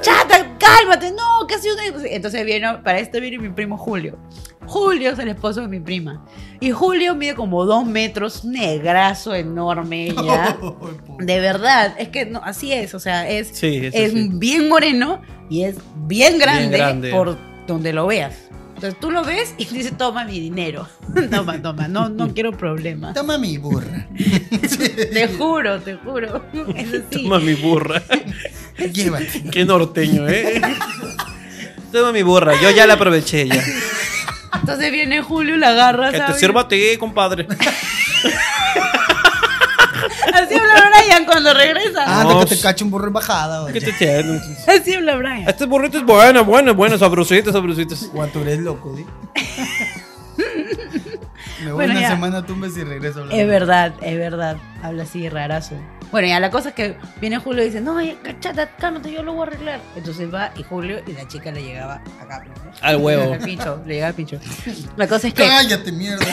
S2: Chata, cálmate, no, que ha sido una- Entonces vino, para esto viene mi primo Julio. Julio es el esposo de mi prima. Y Julio mide como dos metros, negrazo enorme ya. De verdad, es que no, así es, o sea, es,
S1: Oh. Sí, eso
S2: es
S1: sí.
S2: bien moreno y es bien grande,
S1: grande.
S2: por donde lo veas. Entonces tú lo ves y dices, toma mi dinero. Toma, toma, no, no quiero problemas.
S3: Toma mi burra.
S2: Te juro, te juro. Es así.
S1: Toma mi burra.
S3: Llévate.
S1: Qué norteño, ¿eh? Toma mi burra. Yo ya la aproveché ya.
S2: Entonces viene Julio, la agarra,
S1: Que te
S2: ¿sabes?
S1: sirva a ti, compadre.
S2: Así habla Brian cuando regresa.
S3: Ah,
S1: No,
S3: de que
S1: sí.
S3: te cacho un burro en bajada.
S1: ¿Qué te
S3: oye.
S1: tiene?
S2: Así habla Brian.
S1: Este burrito es bueno, bueno, bueno. Sabrosito, sabrosito.
S3: Guaturé es loco, ¿sí? Me voy
S2: Bueno,
S3: una
S2: ya.
S3: semana a tumbes y regreso. hablando.
S2: Es verdad, es verdad. Habla así, rarazo. Bueno, ya la cosa es que viene Julio y dice, no, ya, cachata, cálmate, yo lo voy a arreglar. Entonces va y Julio y la chica le llegaba acá. pues, ¿no?
S1: Al huevo.
S2: Al pincho, le llegaba al pincho. La cosa es que,
S3: Cállate, mierda.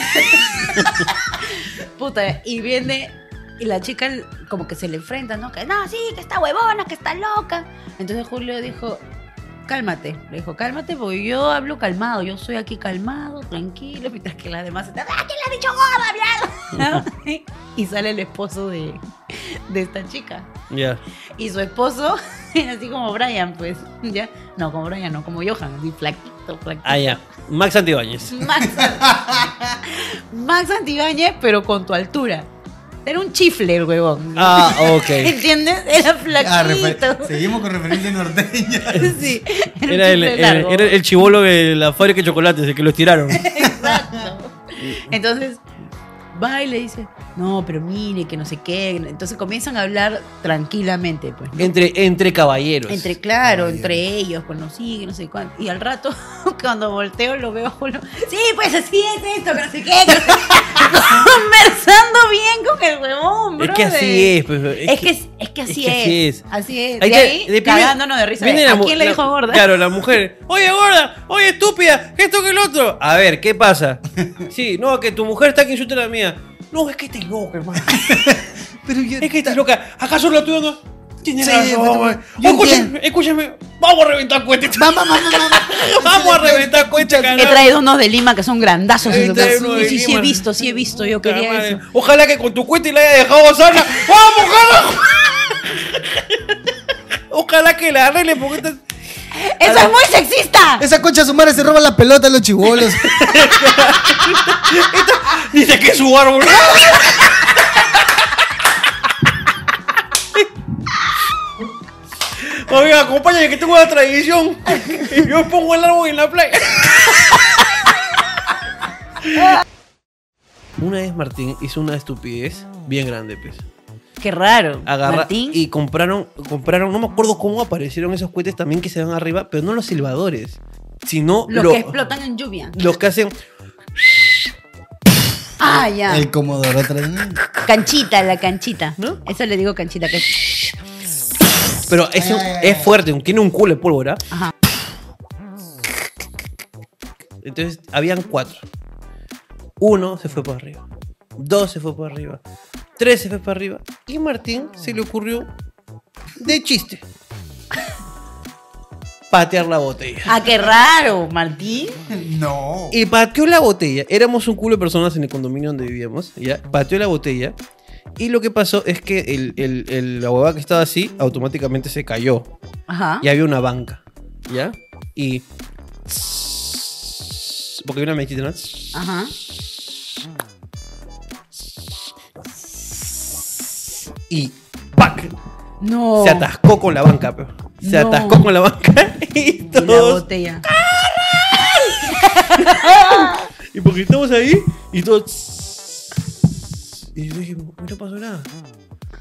S2: puta, y viene y la chica como que se le enfrenta, ¿no? Que no, sí, que está huevona, que está loca. Entonces Julio dijo, cálmate. Le dijo, cálmate porque yo hablo calmado, yo soy aquí calmado, tranquilo, mientras que las demás están, ¡ah, quién le ha dicho gorda, mierda! y sale el esposo de, de esta chica.
S1: Ya.
S2: Y su esposo, así como Brian, pues, ya. No, como Brian, no, como Johan, así flaquito, flaquito.
S1: Ah, ya. Max Antibáñez.
S2: Max, Max Antibáñez, pero con tu altura. Era un chifle el huevón.
S1: Ah, ok.
S2: ¿Entiendes? Era
S3: Ah, refer-
S2: flaquito.
S3: Seguimos con referencia norteña.
S2: Sí,
S1: Era
S2: era,
S1: el,
S2: un chifle
S1: el-
S2: largo.
S1: era el chivolo de la fábrica de chocolates, el que lo tiraron.
S2: Exacto. Entonces, va y le dice, no, pero mire, que no sé qué. Entonces comienzan a hablar tranquilamente, pues. ¿no?
S1: Entre, entre caballeros.
S2: Entre, claro, entre ellos, pues no sigue, no sé cuánto. Y al rato, cuando volteo, lo veo a Julio. Sí, pues así es esto, que no sé qué. que no sé qué". Conversando bien con el huevón,
S1: Es
S2: brother.
S1: que así es, pues,
S2: Es, que, es, que así
S1: es que
S2: es.
S1: así es.
S2: Así es.
S1: Ahí
S2: de
S1: te-
S2: ahí,
S1: de primer-
S2: cagándonos de risa.
S1: viene la
S2: ¿A
S1: mu-
S2: quién le
S1: la-
S2: dijo gorda?
S1: Claro, la mujer. Oye, gorda, oye, estúpida, que esto que el otro. A ver, ¿qué pasa? Sí, no, que tu mujer está que insulta a la mía. No, es que estás loca, hermano.
S3: Pero yo.
S1: Es que estás loca. ¿Acaso la tuya no? Tienes
S3: Sí,
S1: razón,
S3: pero-
S1: güey.
S3: yo
S1: Escúchame,
S3: entiendo.
S1: escúchame. Vamos a reventar cohetes.
S3: Vamos, vamos, vamos.
S1: Vamos a reventar cohetes,
S2: He
S1: carajo.
S2: traído unos de Lima que son grandazos.
S1: Ahí
S2: en su
S1: trae
S2: casa.
S1: uno
S2: Sí,
S1: de
S2: sí, sí, he
S1: Lima.
S2: visto, sí, he visto. Yo
S1: Puta
S2: quería
S1: madre.
S2: eso.
S1: Ojalá que con tu cuete la haya dejado sana. ¡Vamos, carajo! Ojalá que la arregle porque esta-
S2: ¡Eso es muy sexista!
S3: Esa concha su madre se roba la pelota a los chivolos.
S1: Dice que es su árbol. Oiga, acompáñame que tengo una tradición. Yo pongo el árbol en la playa. Una vez Martín hizo una estupidez bien grande, pues.
S2: Qué raro.
S1: Agarra
S2: Martín.
S1: y compraron, compraron, no me acuerdo cómo aparecieron esos cohetes también que se van arriba, pero no los silbadores, sino
S2: Los
S1: lo-
S2: que explotan en lluvia.
S1: los que hacen
S2: Ah, ya.
S3: El Comodoro atrás. ¿no?
S2: Canchita, la canchita.
S1: ¿No?
S2: Eso le digo canchita. Que...
S1: Pero es, un-
S3: ay, ay,
S1: es fuerte, tiene un culo de pólvora.
S2: Ajá.
S1: Entonces, habían cuatro. Uno se fue para arriba. Dos se fue para arriba. Tres se fue para arriba. Y Martín se le ocurrió, de chiste, patear la botella.
S2: Ah, qué raro, Martín.
S3: No.
S1: Y pateó la botella. Éramos un culo de personas en el condominio donde vivíamos. ¿ya? Pateó la botella. Y lo que pasó es que el, el- el- la huevada que estaba así automáticamente se cayó.
S2: Ajá.
S1: Y había una banca. ¿Ya? Y. Porque había una mechita, ¿no?
S2: Ajá.
S1: Y. ¡Pac!
S2: No.
S1: Se atascó con la banca, pero. Se
S2: Oh. No.
S1: atascó con la banca. Y
S2: Y la
S1: todos.
S2: botella.
S1: Y porque estamos ahí y todo. Y yo dije, no pasó nada.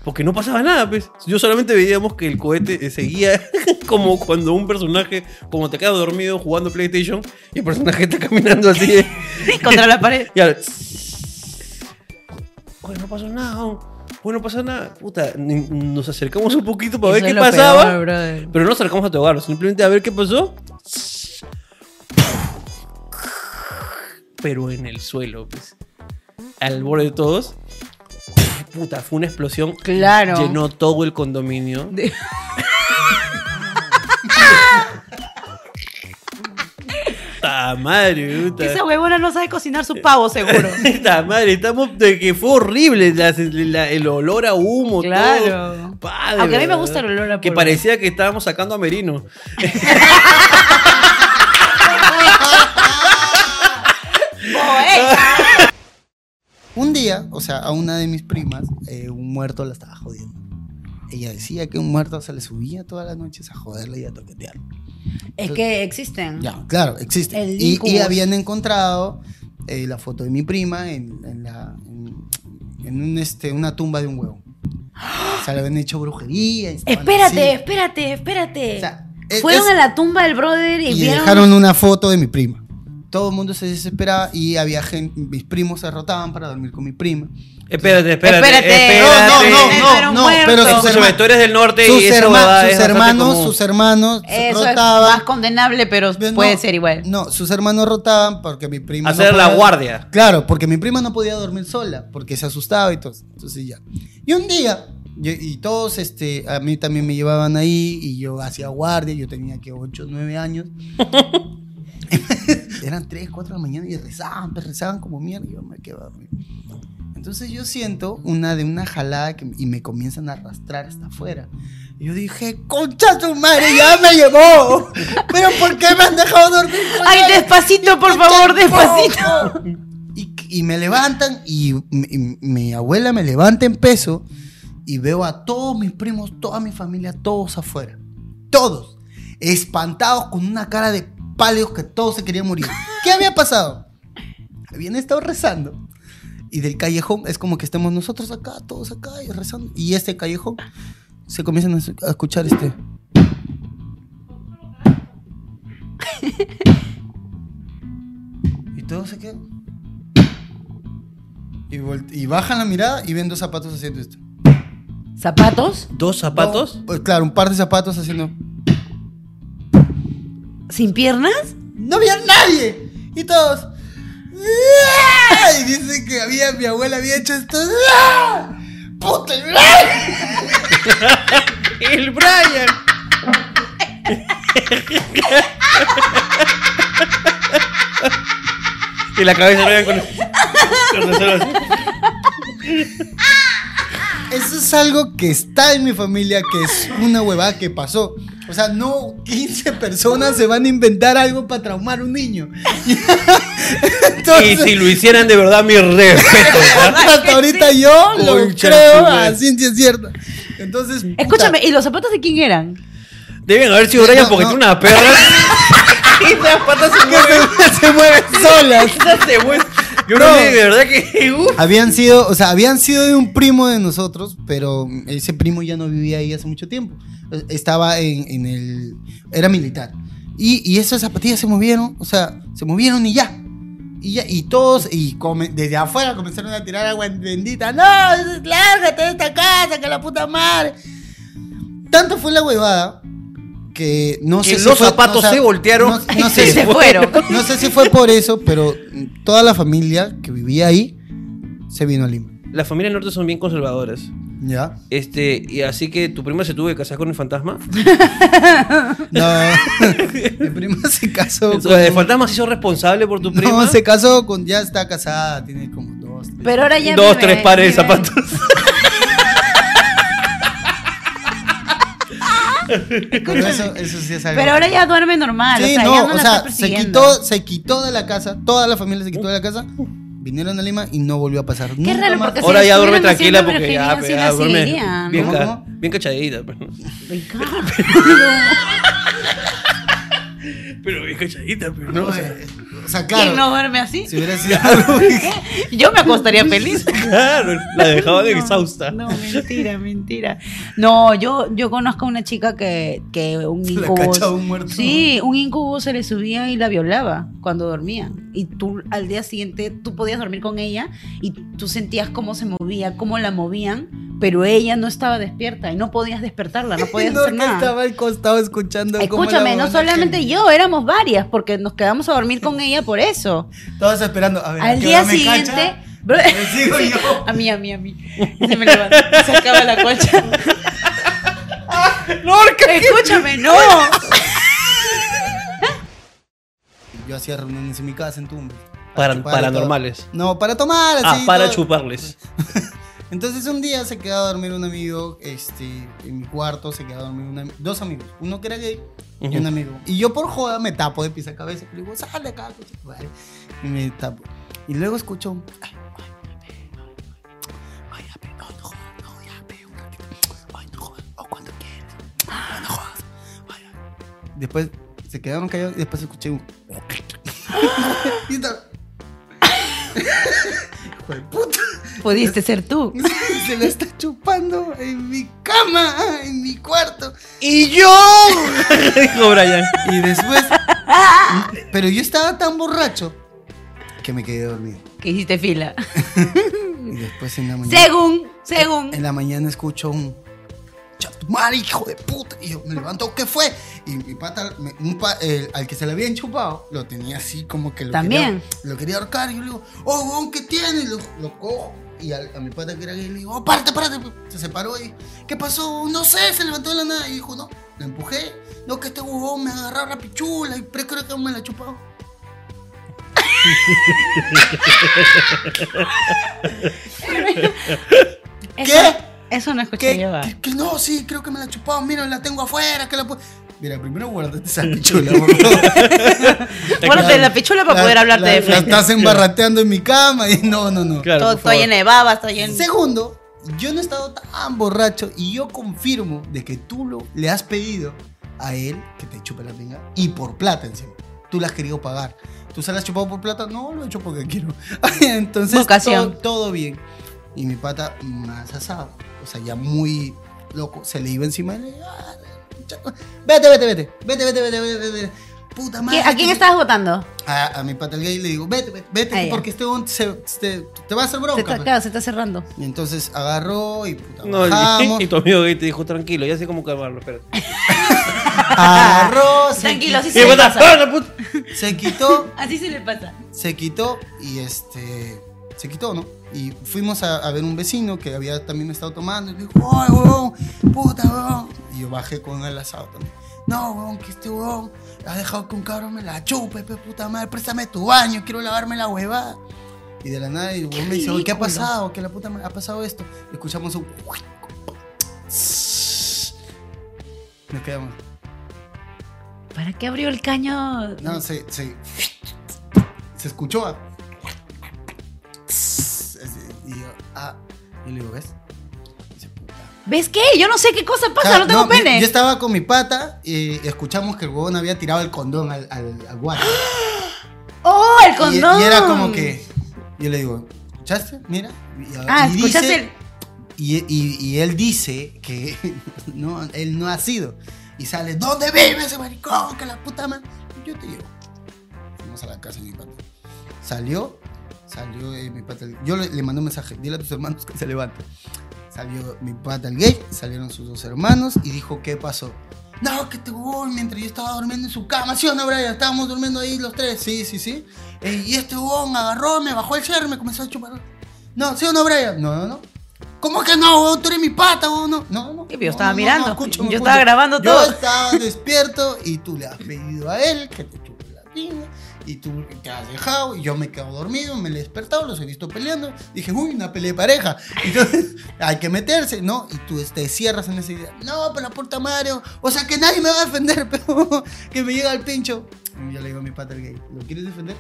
S1: Porque no pasaba nada, pues. Yo solamente veíamos que el cohete eh, seguía como cuando un personaje, como te quedas dormido jugando PlayStation y el personaje está caminando así. eh. de-
S2: Contra la pared.
S1: Y ahora.
S2: Pues
S1: Oye, no pasó nada. Bueno, Pues no pasó nada. Puta, ni- nos acercamos un poquito para ver
S2: Eso es
S1: qué
S2: lo
S1: pasaba.
S2: peor, brother.
S1: Pero no nos acercamos a tu hogar, simplemente a ver qué pasó. Pero en el suelo, pues. Al borde de todos. Puta, fue una explosión.
S2: Claro.
S1: Llenó todo el condominio.
S2: De-
S1: Ta madre, puta.
S2: Esa huevona no sabe cocinar su pavo, seguro.
S1: Esta madre, estamos de que fue horrible la- la- el olor a humo,
S2: Claro.
S1: todo. Padre,
S2: Aunque a mí me
S1: ¿verdad?
S2: gusta el olor a
S1: Que
S2: polvo.
S1: parecía que estábamos sacando a Merino.
S2: eh.
S3: día, o sea, a una de mis primas, eh, un muerto la estaba jodiendo. Ella decía que un muerto se le subía todas las noches a joderla y a toquetearla.
S2: Es que existen.
S3: Ya, claro, existe.
S2: El
S3: Y,
S2: incubus.
S3: y habían encontrado eh, la foto de mi prima en, en la- en- en un, este, una tumba de un huevo. O sea, le habían hecho brujería. y estaban
S2: Espérate,
S3: así.
S2: espérate, espérate.
S3: O sea, es-
S2: Fueron
S3: es-
S2: a la tumba del brother y,
S3: Y
S2: vieron.
S3: dejaron una foto de mi prima. Todo el mundo se desesperaba y había gente, mis primos se rotaban para dormir con mi prima.
S1: Espérate, espérate.
S2: Espérate.
S1: espérate.
S2: No, no, no, no. pero
S3: pero,
S2: muerto.
S3: sus
S1: Escúchame,
S3: hermanos,
S1: tú eres del norte y
S3: sus,
S1: esa
S3: herma-
S1: huevada
S3: sus
S1: es bastante
S3: hermanos,
S1: común.
S3: sus hermanos se
S2: Eso es
S3: rotaban.
S2: más condenable, pero
S3: No,
S2: puede ser igual.
S3: No, sus hermanos rotaban porque mi prima. no
S1: Hacer la
S3: podía-
S1: guardia.
S3: Claro, porque mi prima no podía dormir sola, porque se asustaba y todo. eso. Entonces ya. Y un día, yo- y todos, este, a mí también me llevaban ahí y yo hacía guardia, yo tenía que 8, 9 años. Eran 3, 4 de la mañana y rezaban, pues, rezaban como mierda y yo me quedaba dormido. Entonces yo siento una de una jalada que- y me comienzan a arrastrar hasta afuera. Y Yo dije, concha tu madre, ya me llevó. Pero ¿por qué me han dejado dormir?
S2: Ay,
S3: sola?
S2: despacito, por favor, despacito.
S3: Y, y me levantan y, m- y mi abuela me levanta en peso y veo a todos mis primos, toda mi familia, todos afuera. Todos. Espantados con una cara de pálidos que todos se querían morir. ¿Qué había pasado? Habían estado rezando. Y del callejón es como que estemos nosotros acá, todos acá y rezando. Y este callejón se comienzan a escu- a escuchar este... Y todos se quedan. Y, vol- y bajan la mirada y ven dos zapatos haciendo esto.
S2: ¿Zapatos?
S1: ¿Dos zapatos?
S3: No, pues claro, un par de zapatos haciendo.
S2: ¿Sin piernas?
S3: ¡No había nadie! Y todos. ¡ah! Y dicen que había, mi abuela había hecho esto. ¡ah! ¡Puta el Brian!
S1: ¡El Brian! y la cabeza de Brian con, con los ojos así.
S3: Eso es algo que está en mi familia, que es una huevada que pasó. O sea, no 15 personas se van a inventar algo para traumar a un niño.
S1: Y
S3: Entonces-
S1: si lo hicieran de verdad, mi respeto.
S3: Hasta ahorita yo lo
S1: Concha
S3: creo
S1: su madre.
S3: a ciencia cierta. Entonces. puta,
S2: Escúchame, ¿y los zapatos de quién eran?
S1: Deben haber sido Brian
S3: No,
S1: porque
S3: no.
S1: tiene una perra. y esas patas se mueven.
S3: que se, se mueven solas.
S1: Esas se mueven. Yo
S3: Bro.
S1: no sé, de verdad que. uf.
S3: Habían sido, o sea, habían sido de un primo de nosotros, pero ese primo ya no vivía ahí hace mucho tiempo. Eh, Estaba en, en el. Era militar. Y, y esas zapatillas se movieron, o sea, se movieron y ya. Y, ya, y todos, y come- desde afuera comenzaron a tirar agua bendita. ¡No! ¡Lárgate de esta casa, que la puta madre! Tanto fue la huevada que no
S1: Que
S3: sé si
S1: los
S3: fue-
S1: zapatos
S3: o sea,
S1: se voltearon
S3: No, no
S1: y
S3: sé
S1: se
S3: si
S2: Se fueron.
S3: no sé si fue por eso, pero toda la familia que vivía ahí se vino a Lima.
S1: Las familias norte son bien conservadoras.
S3: ¿Ya?
S1: Este, y así que tu prima se tuvo que casar con el fantasma.
S3: No. Mi prima se casó
S1: O
S3: con.
S1: sea, el fantasma se hizo responsable por tu prima.
S3: No, se casó con. Ya está casada, tiene como dos. tres.
S2: Pero ahora ya.
S1: Dos,
S2: vive-
S1: tres pares de
S2: vive-
S1: zapatos.
S3: Pero eso, eso sí es algo.
S2: Pero ahora ya duerme normal.
S3: Sí,
S2: o sea,
S3: no,
S2: ya no
S3: o
S2: la está
S3: sea, se
S2: persiguiendo.
S3: quitó, se quitó de la casa, toda la familia se quitó de la casa, vinieron a Lima y no volvió a pasar.
S2: Qué
S3: nunca
S2: raro,
S3: más.
S2: porque
S1: Ahora
S2: si
S1: ya duerme
S2: estuvieran
S1: tranquila
S2: haciendo
S1: porque ya,
S2: brujería,
S1: pues,
S2: sí
S1: ya
S2: la
S1: duerme
S2: seguirían,
S1: bien,
S3: ¿no?
S1: ca- bien cachadita. pues, ¿no?
S2: Ricardo.
S1: Pero bien cachadita, pero
S3: No,
S1: no. o sea,
S3: eh, o sea,
S2: ¿Quién no
S3: claro.
S2: duerme así?
S3: Si hubiera sido algo.
S2: Yo me acostaría feliz.
S1: claro, la dejaba de
S2: No,
S1: exhausta.
S2: No, mentira, mentira. No, yo, yo conozco a una chica que, que un
S3: Se la
S2: incubus.
S3: cachaba un muerto.
S2: Sí, un incubo se le subía y la violaba cuando dormía. Y tú al día siguiente tú podías dormir con ella y tú sentías cómo se movía, cómo la movían, pero ella no estaba despierta y no podías despertarla, no podías
S3: No,
S2: hacer
S3: que
S2: nada.
S3: estaba al costado escuchando. cómo la
S2: Escúchame, no
S3: huevona
S2: solamente
S3: que-
S2: yo, éramos varias, porque nos quedamos a dormir con ella por eso.
S3: Todos esperando. A ver, ¿a
S2: Al
S3: qué
S2: día
S3: hora me
S2: siguiente.
S3: cacha?
S2: bro-
S3: Le sigo yo.
S2: A mí, a mí, a mí. Se me levanta, se acaba la cocha. no, escúchame, no.
S3: Yo hacía reuniones en mi casa, en Tumbes.
S1: Para-
S3: chupar y todo.
S1: paranormales.
S3: No, para tomar,
S1: Ah,
S3: así.
S1: para
S3: todo.
S1: chuparles.
S3: Entonces un día se quedó a dormir un amigo, este, en mi cuarto se quedó a dormir un ami- dos amigos, uno que era gay y
S1: Ujú.
S3: un amigo. Y yo por joda me tapo de pisa cabeza, le digo, sal de acá, coche". Vale. y me tapo. Y luego escucho, un, "Ay, ay, ay, ay". después se quedaron callados y después escuché un. y estaba- Hijo de puta.
S2: Pudiste ser tú.
S3: Se la está chupando en mi cama, en mi cuarto.
S1: ¡Y yo! Dijo Brian.
S3: Y después. Pero yo estaba tan borracho que me quedé dormido.
S2: Que hiciste fila.
S3: Y después en la mañana.
S2: Según, según.
S3: En la mañana escucho un chatumar, hijo de puta. Y yo me levanto, ¿qué fue? Y mi pata, me- un pa- el- al que se le había enchupado, lo tenía así como que lo
S2: También.
S3: quería. Lo quería ahorcar. Y yo le digo, oh, weón, ¿qué tiene? Lo, lo cojo. Y al- a, mi pata que era gay le digo, oh, párate, párate. Se separó y, ¿qué pasó? No sé, se levantó de la nada. Y dijo, no, lo empujé. No, que este huevón me agarró la pichula y pre- creo que me la chupado.
S2: Eso, eso no escuché
S3: ¿Qué?
S2: yo. ah.
S3: ¿Que, que no, sí, creo que me la he chupado. Mira, la tengo afuera. Que la pu- Mira, primero guardate esa pichula, por favor.
S2: Guárdate la pichula para poder hablarte
S3: la-
S2: de
S3: La
S2: frente.
S3: estás embarrateando en mi cama. Y no, no, no.
S1: Claro,
S2: Todo-
S1: por favor.
S2: estoy en de baba, estoy en.
S3: Segundo, yo no he estado tan borracho y yo confirmo de que tú lo, le has pedido a él que te chupe la pinga y por plata encima. Tú la has querido pagar. ¿Tú se la has chupado por plata? No, lo he hecho porque quiero. Entonces,
S2: Vocación.
S3: Todo, todo bien. Y mi pata más asado, o sea, ya muy loco, se le iba encima y le "Ah, chaco, vete, vete, vete, vete, vete, vete, vete, vete. Puta madre.
S2: ¿Qué- ¿A
S3: que
S2: quién
S3: me-
S2: estabas votando?
S3: A, a mi pata el gay le digo, vete, vete, vete,
S2: Ah, ya.
S3: porque este hombre se, se- te va a hacer
S2: Se
S3: bronca. pues".
S2: está,
S3: pe".
S2: claro, se está cerrando.
S3: Y entonces agarró y puta,
S1: No,
S3: bajamos,
S1: y, y tu amigo gay te dijo, tranquilo, ya sé cómo calmarlo, espérate.
S3: agarró, se,
S2: Tranquilo, así
S1: Y
S2: se le
S1: vos,
S2: pasa.
S1: ¡ah, la puta!
S3: se quitó,
S2: Así se le pasa.
S3: se quitó y este, se quitó, ¿no? Y fuimos a, a ver un vecino que había también estado tomando y le dijo, ¡ay, huevón! ¡Puta, huevón! Y yo bajé con el asado también. No, huevón, que este huevón ha dejado que un cabrón me la chupe, pe puta madre, préstame tu baño, quiero lavarme la huevada. Y de la nada el huevón me dice, "Oye, ¿qué ha
S2: ridículo.
S3: pasado? ¿Qué la puta madre- ha pasado esto? Y escuchamos un... Nos quedamos.
S2: ¿Para qué abrió el caño?
S3: No, se, se, se escuchó. a- Y yo, ah, y le digo, ¿ves? Dice, puta.
S2: ¿Ves qué? Yo no sé qué cosa pasa,
S3: Claro,
S2: no tengo
S3: mi-
S2: pene.
S3: Yo estaba con mi pata y escuchamos que el huevón había tirado el condón al, al, al guacho.
S2: ¡Oh, el
S3: Y,
S2: condón!
S3: y era como que, yo le digo, ¿escuchaste? Mira. Y,
S2: Ah,
S3: y
S2: escuchaste
S3: dice-
S2: el.
S3: y, y- y él dice que no, él no ha sido. Y sale, ¿dónde vive ese maricón? Que la puta madre. Yo te llevo. Fuimos a la casa de mi pata. Salió, salió eh, mi pata. el- Yo le, le mandé un mensaje, dile a tus hermanos que se levanten. Salió mi pata el gay, salieron sus dos hermanos y dijo, ¿qué pasó? No, que te voy mientras yo estaba durmiendo en su cama. ¿Sí o no, Brian? Estábamos durmiendo ahí los tres. Sí, sí, sí. Eh, y este huevón agarró, me bajó el cerro, me comenzó a chupar. No, ¿sí o no, Brian? No, no, no. ¿Cómo que no, huevón? Tú eres mi pata, huevón. No, no, no.
S2: Sí, pero yo
S3: No,
S2: estaba
S3: no, no,
S2: mirando.
S3: escúchame,
S2: Yo estaba grabando todo.
S3: Yo estaba despierto y tú le has pedido a él que te chupe la pinga y tú te has dejado y yo me quedo dormido, me he despertado, los he visto peleando. Dije, uy, una pelea de pareja. Entonces, hay que meterse, ¿no? Y tú te cierras en esa idea. No, pero la puta Mario. O sea, que nadie me va a defender, pero que me llega el pincho. Y yo le digo a mi pata el gay, ¿lo quieres defender?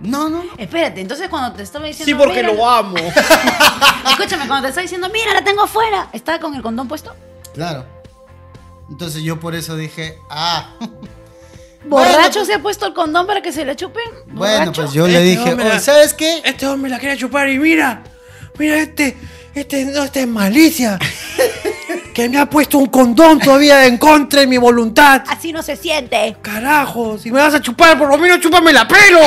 S3: No, no, no.
S2: Espérate, entonces cuando te estaba diciendo.
S1: Sí, porque
S2: "Mira,
S1: lo amo.
S2: Escúchame, cuando te estaba diciendo, mira, la tengo afuera. ¿Estaba con el condón puesto?
S3: Claro. Entonces yo por eso dije, ah.
S2: ¿Borracho
S3: pues-
S2: se ha puesto el condón para que se le chupen?
S3: Bueno,
S2: ¿Borracho?
S3: pues yo le
S1: Este
S3: dije,
S1: hombre-
S3: "Oye, ¿sabes qué?
S1: Este hombre la quería chupar y mira, mira este, este, no, este es malicia. Que me ha puesto un condón todavía en contra de mi voluntad.
S2: Así no se siente.
S1: Carajo, si me vas a chupar, por lo menos chúpame la pelo.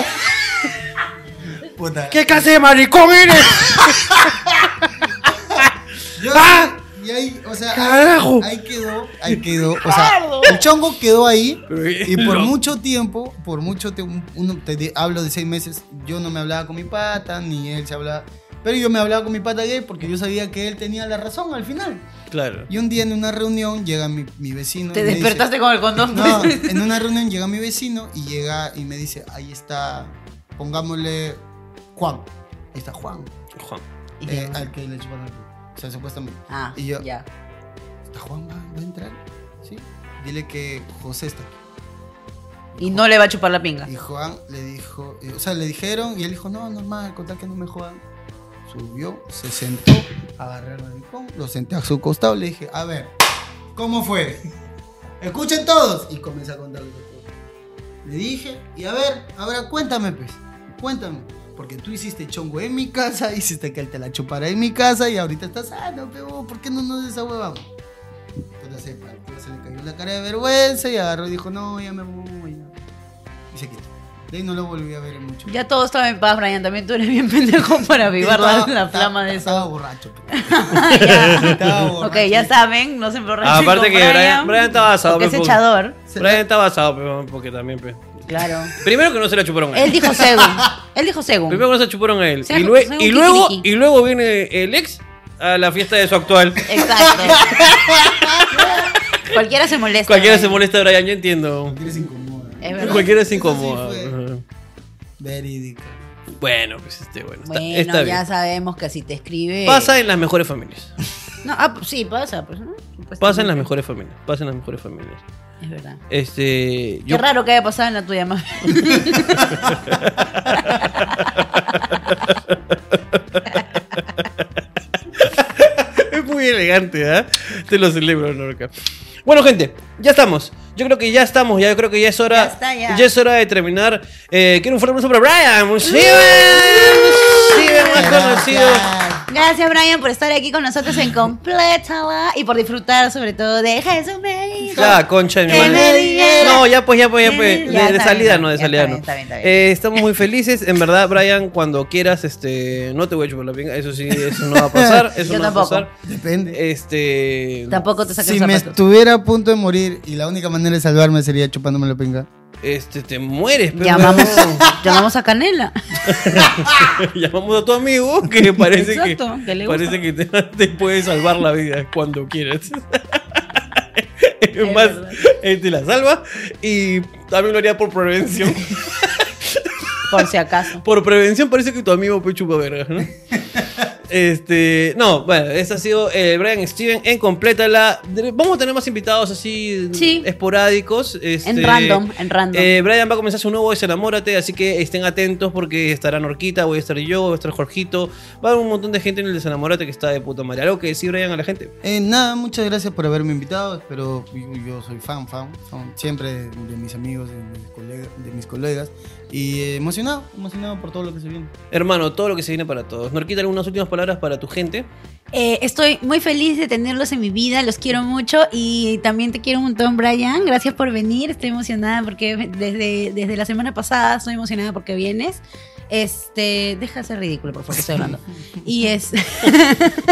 S3: Puta,
S1: este ¿Qué clase de maricón eres?
S3: Yo-
S1: ¡Ah!
S3: Y ahí, o sea,
S1: ¡Carajo!
S3: ahí quedó, ahí quedó, o sea, el chongo quedó ahí
S1: Pero-
S3: y por mucho tiempo, por mucho tiempo, uno, te di- hablo de seis meses, yo no me hablaba con mi pata, ni él se hablaba, pero yo me hablaba con mi pata gay porque yo sabía que él tenía la razón al final.
S1: Claro.
S3: Y un día en una reunión llega mi, mi vecino.
S2: Te
S3: y me dice-
S2: despertaste con el condón.
S3: no, en una reunión llega mi vecino y llega y me dice, ahí está, pongámosle Juan, ahí está Juan,
S2: Y
S3: eh,
S2: te-
S3: al que le chuparon el culo. O sea, supuestamente.
S2: Ah,
S3: y yo-
S2: ya.
S3: ¿Está Juan va, va a entrar? Sí. Dile que José está aquí.
S2: Y no le va a chupar la pinga.
S3: Y Juan le dijo, eh, o sea, le dijeron y él dijo, no, normal, con tal que no me jodan. Subió, se sentó, agarré el maricón, lo senté a su costado, le dije, a ver, ¿cómo fue? Escuchen todos. Y comencé a contarle todo. Le dije, y a ver, ahora cuéntame, pues. Cuéntame. Porque tú hiciste chongo en mi casa, hiciste que él te la chupara en mi casa y ahorita estás, ah, no, pero ¿por qué no nos desahuevamos? Puta, se partió, se le cayó la cara de vergüenza y agarró y dijo, no, ya me voy. ya. Y se quitó. De ahí no lo volví a ver en mucho.
S2: Ya todo estaba en paz, Brian. También tú eres bien pendejo para avivar la,
S3: Estaba-
S2: la
S3: estaba-
S2: flama de eso.
S3: Estaba borracho. pero.
S2: Ah, ya.
S3: Estaba
S2: ok,
S3: borracho. Ah,
S2: ya saben, no se emborrachen
S1: Aparte
S2: con
S1: que Brian- Brian estaba asado,
S2: porque es
S1: pues, porque-
S2: echador.
S1: Brian estaba asado, pe, porque también, pe.
S2: Claro.
S1: Primero que no se la chuparon a él.
S2: Él dijo según. Él dijo según.
S1: Primero que no se la chuparon a él.
S2: Se-
S1: y, lue-
S2: se-
S1: y luego,
S2: kikiriki.
S1: y luego viene el ex a la fiesta de su actual.
S2: Exacto. Cualquiera se molesta. ¿eh?
S1: Cualquiera se molesta a Brian, yo entiendo.
S3: Cualquiera se incomoda.
S2: Es verdad.
S1: Cualquiera se
S3: Eso sí
S1: incomoda.
S3: fue
S1: Ajá.
S3: Verídico.
S1: Bueno, pues este, bueno. Está,
S2: Bueno,
S1: está
S2: ya
S1: bien.
S2: sabemos que si te escribe.
S1: Pasa en las mejores familias.
S2: No, ah, sí, pasa. Pues, ¿no? Supuestamente.
S1: Pasa en las mejores familias. Pasa en las mejores familias.
S2: Es verdad.
S1: Este. yo-
S2: Qué raro que haya pasado en la tuya, más.
S1: Es muy elegante, ¿ah? Te lo celebro, Norca. Bueno, gente, ya estamos. Yo creo que ya estamos, ya yo creo que ya es hora.
S2: Ya está, ya.
S1: es hora de terminar. Eh, quiero un fuerte aplauso para Brian. Musiven, más conocido.
S2: Gracias, Brian, por estar aquí con nosotros en Complétala y por disfrutar, sobre todo, de Jesús me dijo.
S1: La concha de mi
S2: Que
S1: madre.
S2: me diera.
S1: No, ya pues, ya pues, ya pues.
S2: Ya
S1: de, de
S2: está
S1: salida
S2: bien,
S1: no, de
S2: ya
S1: salida
S2: está
S1: no.
S2: bien, está bien, está bien.
S1: Eh, estamos muy felices. En verdad, Brian, cuando quieras, este, no te voy a chupar la pinga. Eso sí, eso no va a pasar. Eso
S2: Yo
S1: no
S2: tampoco.
S1: va a pasar.
S3: Depende.
S1: Este.
S2: Tampoco te saques
S3: si
S2: Eh, los
S3: me
S2: zapatos.
S3: estuviera a punto de morir y la única manera de salvarme sería chupándome la pinga.
S1: Este, te mueres, pero.
S2: Llamamos, llamamos a Canela.
S1: Llamamos a tu amigo que parece que,
S2: Exacto, que le gusta.
S1: parece que te, te puede salvar la vida cuando quieras. Es más,
S2: verdad.
S1: él te la salva y también lo haría por prevención.
S2: Por si acaso.
S1: Por prevención parece que tu amigo fue chupa verga, ¿no? Este, no, bueno, este ha sido eh, Brian Steven en completa la. Vamos a tener más invitados así
S2: Sí.
S1: esporádicos. este,
S2: En random, en random.
S1: eh, Brian va a comenzar su nuevo Desenamórate, así que estén atentos porque estará Norquita, voy a estar yo, va a estar Jorgito, va a haber un montón de gente en el Desenamórate que está de puta madre. Algo que decir, Brian, a la gente.
S3: Eh, nada, muchas gracias por haberme invitado. Espero, yo, yo soy fan, fan, fan siempre de, de mis amigos, de mis, colega- de mis colegas. Y eh, emocionado, emocionado por todo lo que se viene.
S1: Hermano, todo lo que se viene para todos. Norquita, algunas últimas palabras para tu gente.
S2: Eh, estoy muy feliz de tenerlos en mi vida, los quiero mucho y también te quiero un montón, Brian. Gracias por venir, estoy emocionada porque desde, desde la semana pasada estoy emocionada porque vienes. Este, deja de ser ridículo, por favor, que estoy hablando. Y es.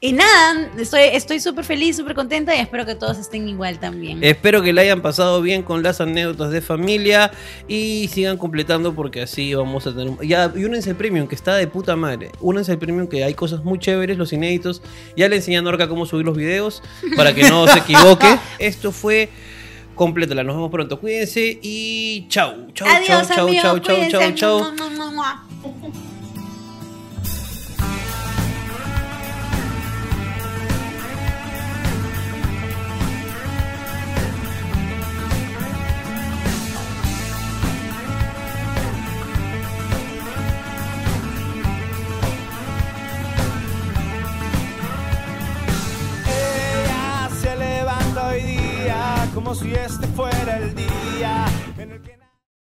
S2: y nada, estoy estoy súper feliz, súper contenta y espero que todos estén igual también.
S1: Espero que la hayan pasado bien con las anécdotas de familia y sigan completando porque así vamos a tener... Ya, y únense al premium que está de puta madre. Únense al premium que hay cosas muy chéveres, los inéditos. Ya le enseñé a Norca cómo subir los videos para que no se equivoque. Esto fue... Complétala, nos vemos pronto, cuídense y chau, chau,
S2: Adiós,
S1: chau,
S2: amigos.
S1: chau, chau, chau,
S2: cuídense.
S1: chau.
S2: Mua, mua, mua, mua.
S4: Ella se levanta hoy día como si este fuera el día en el que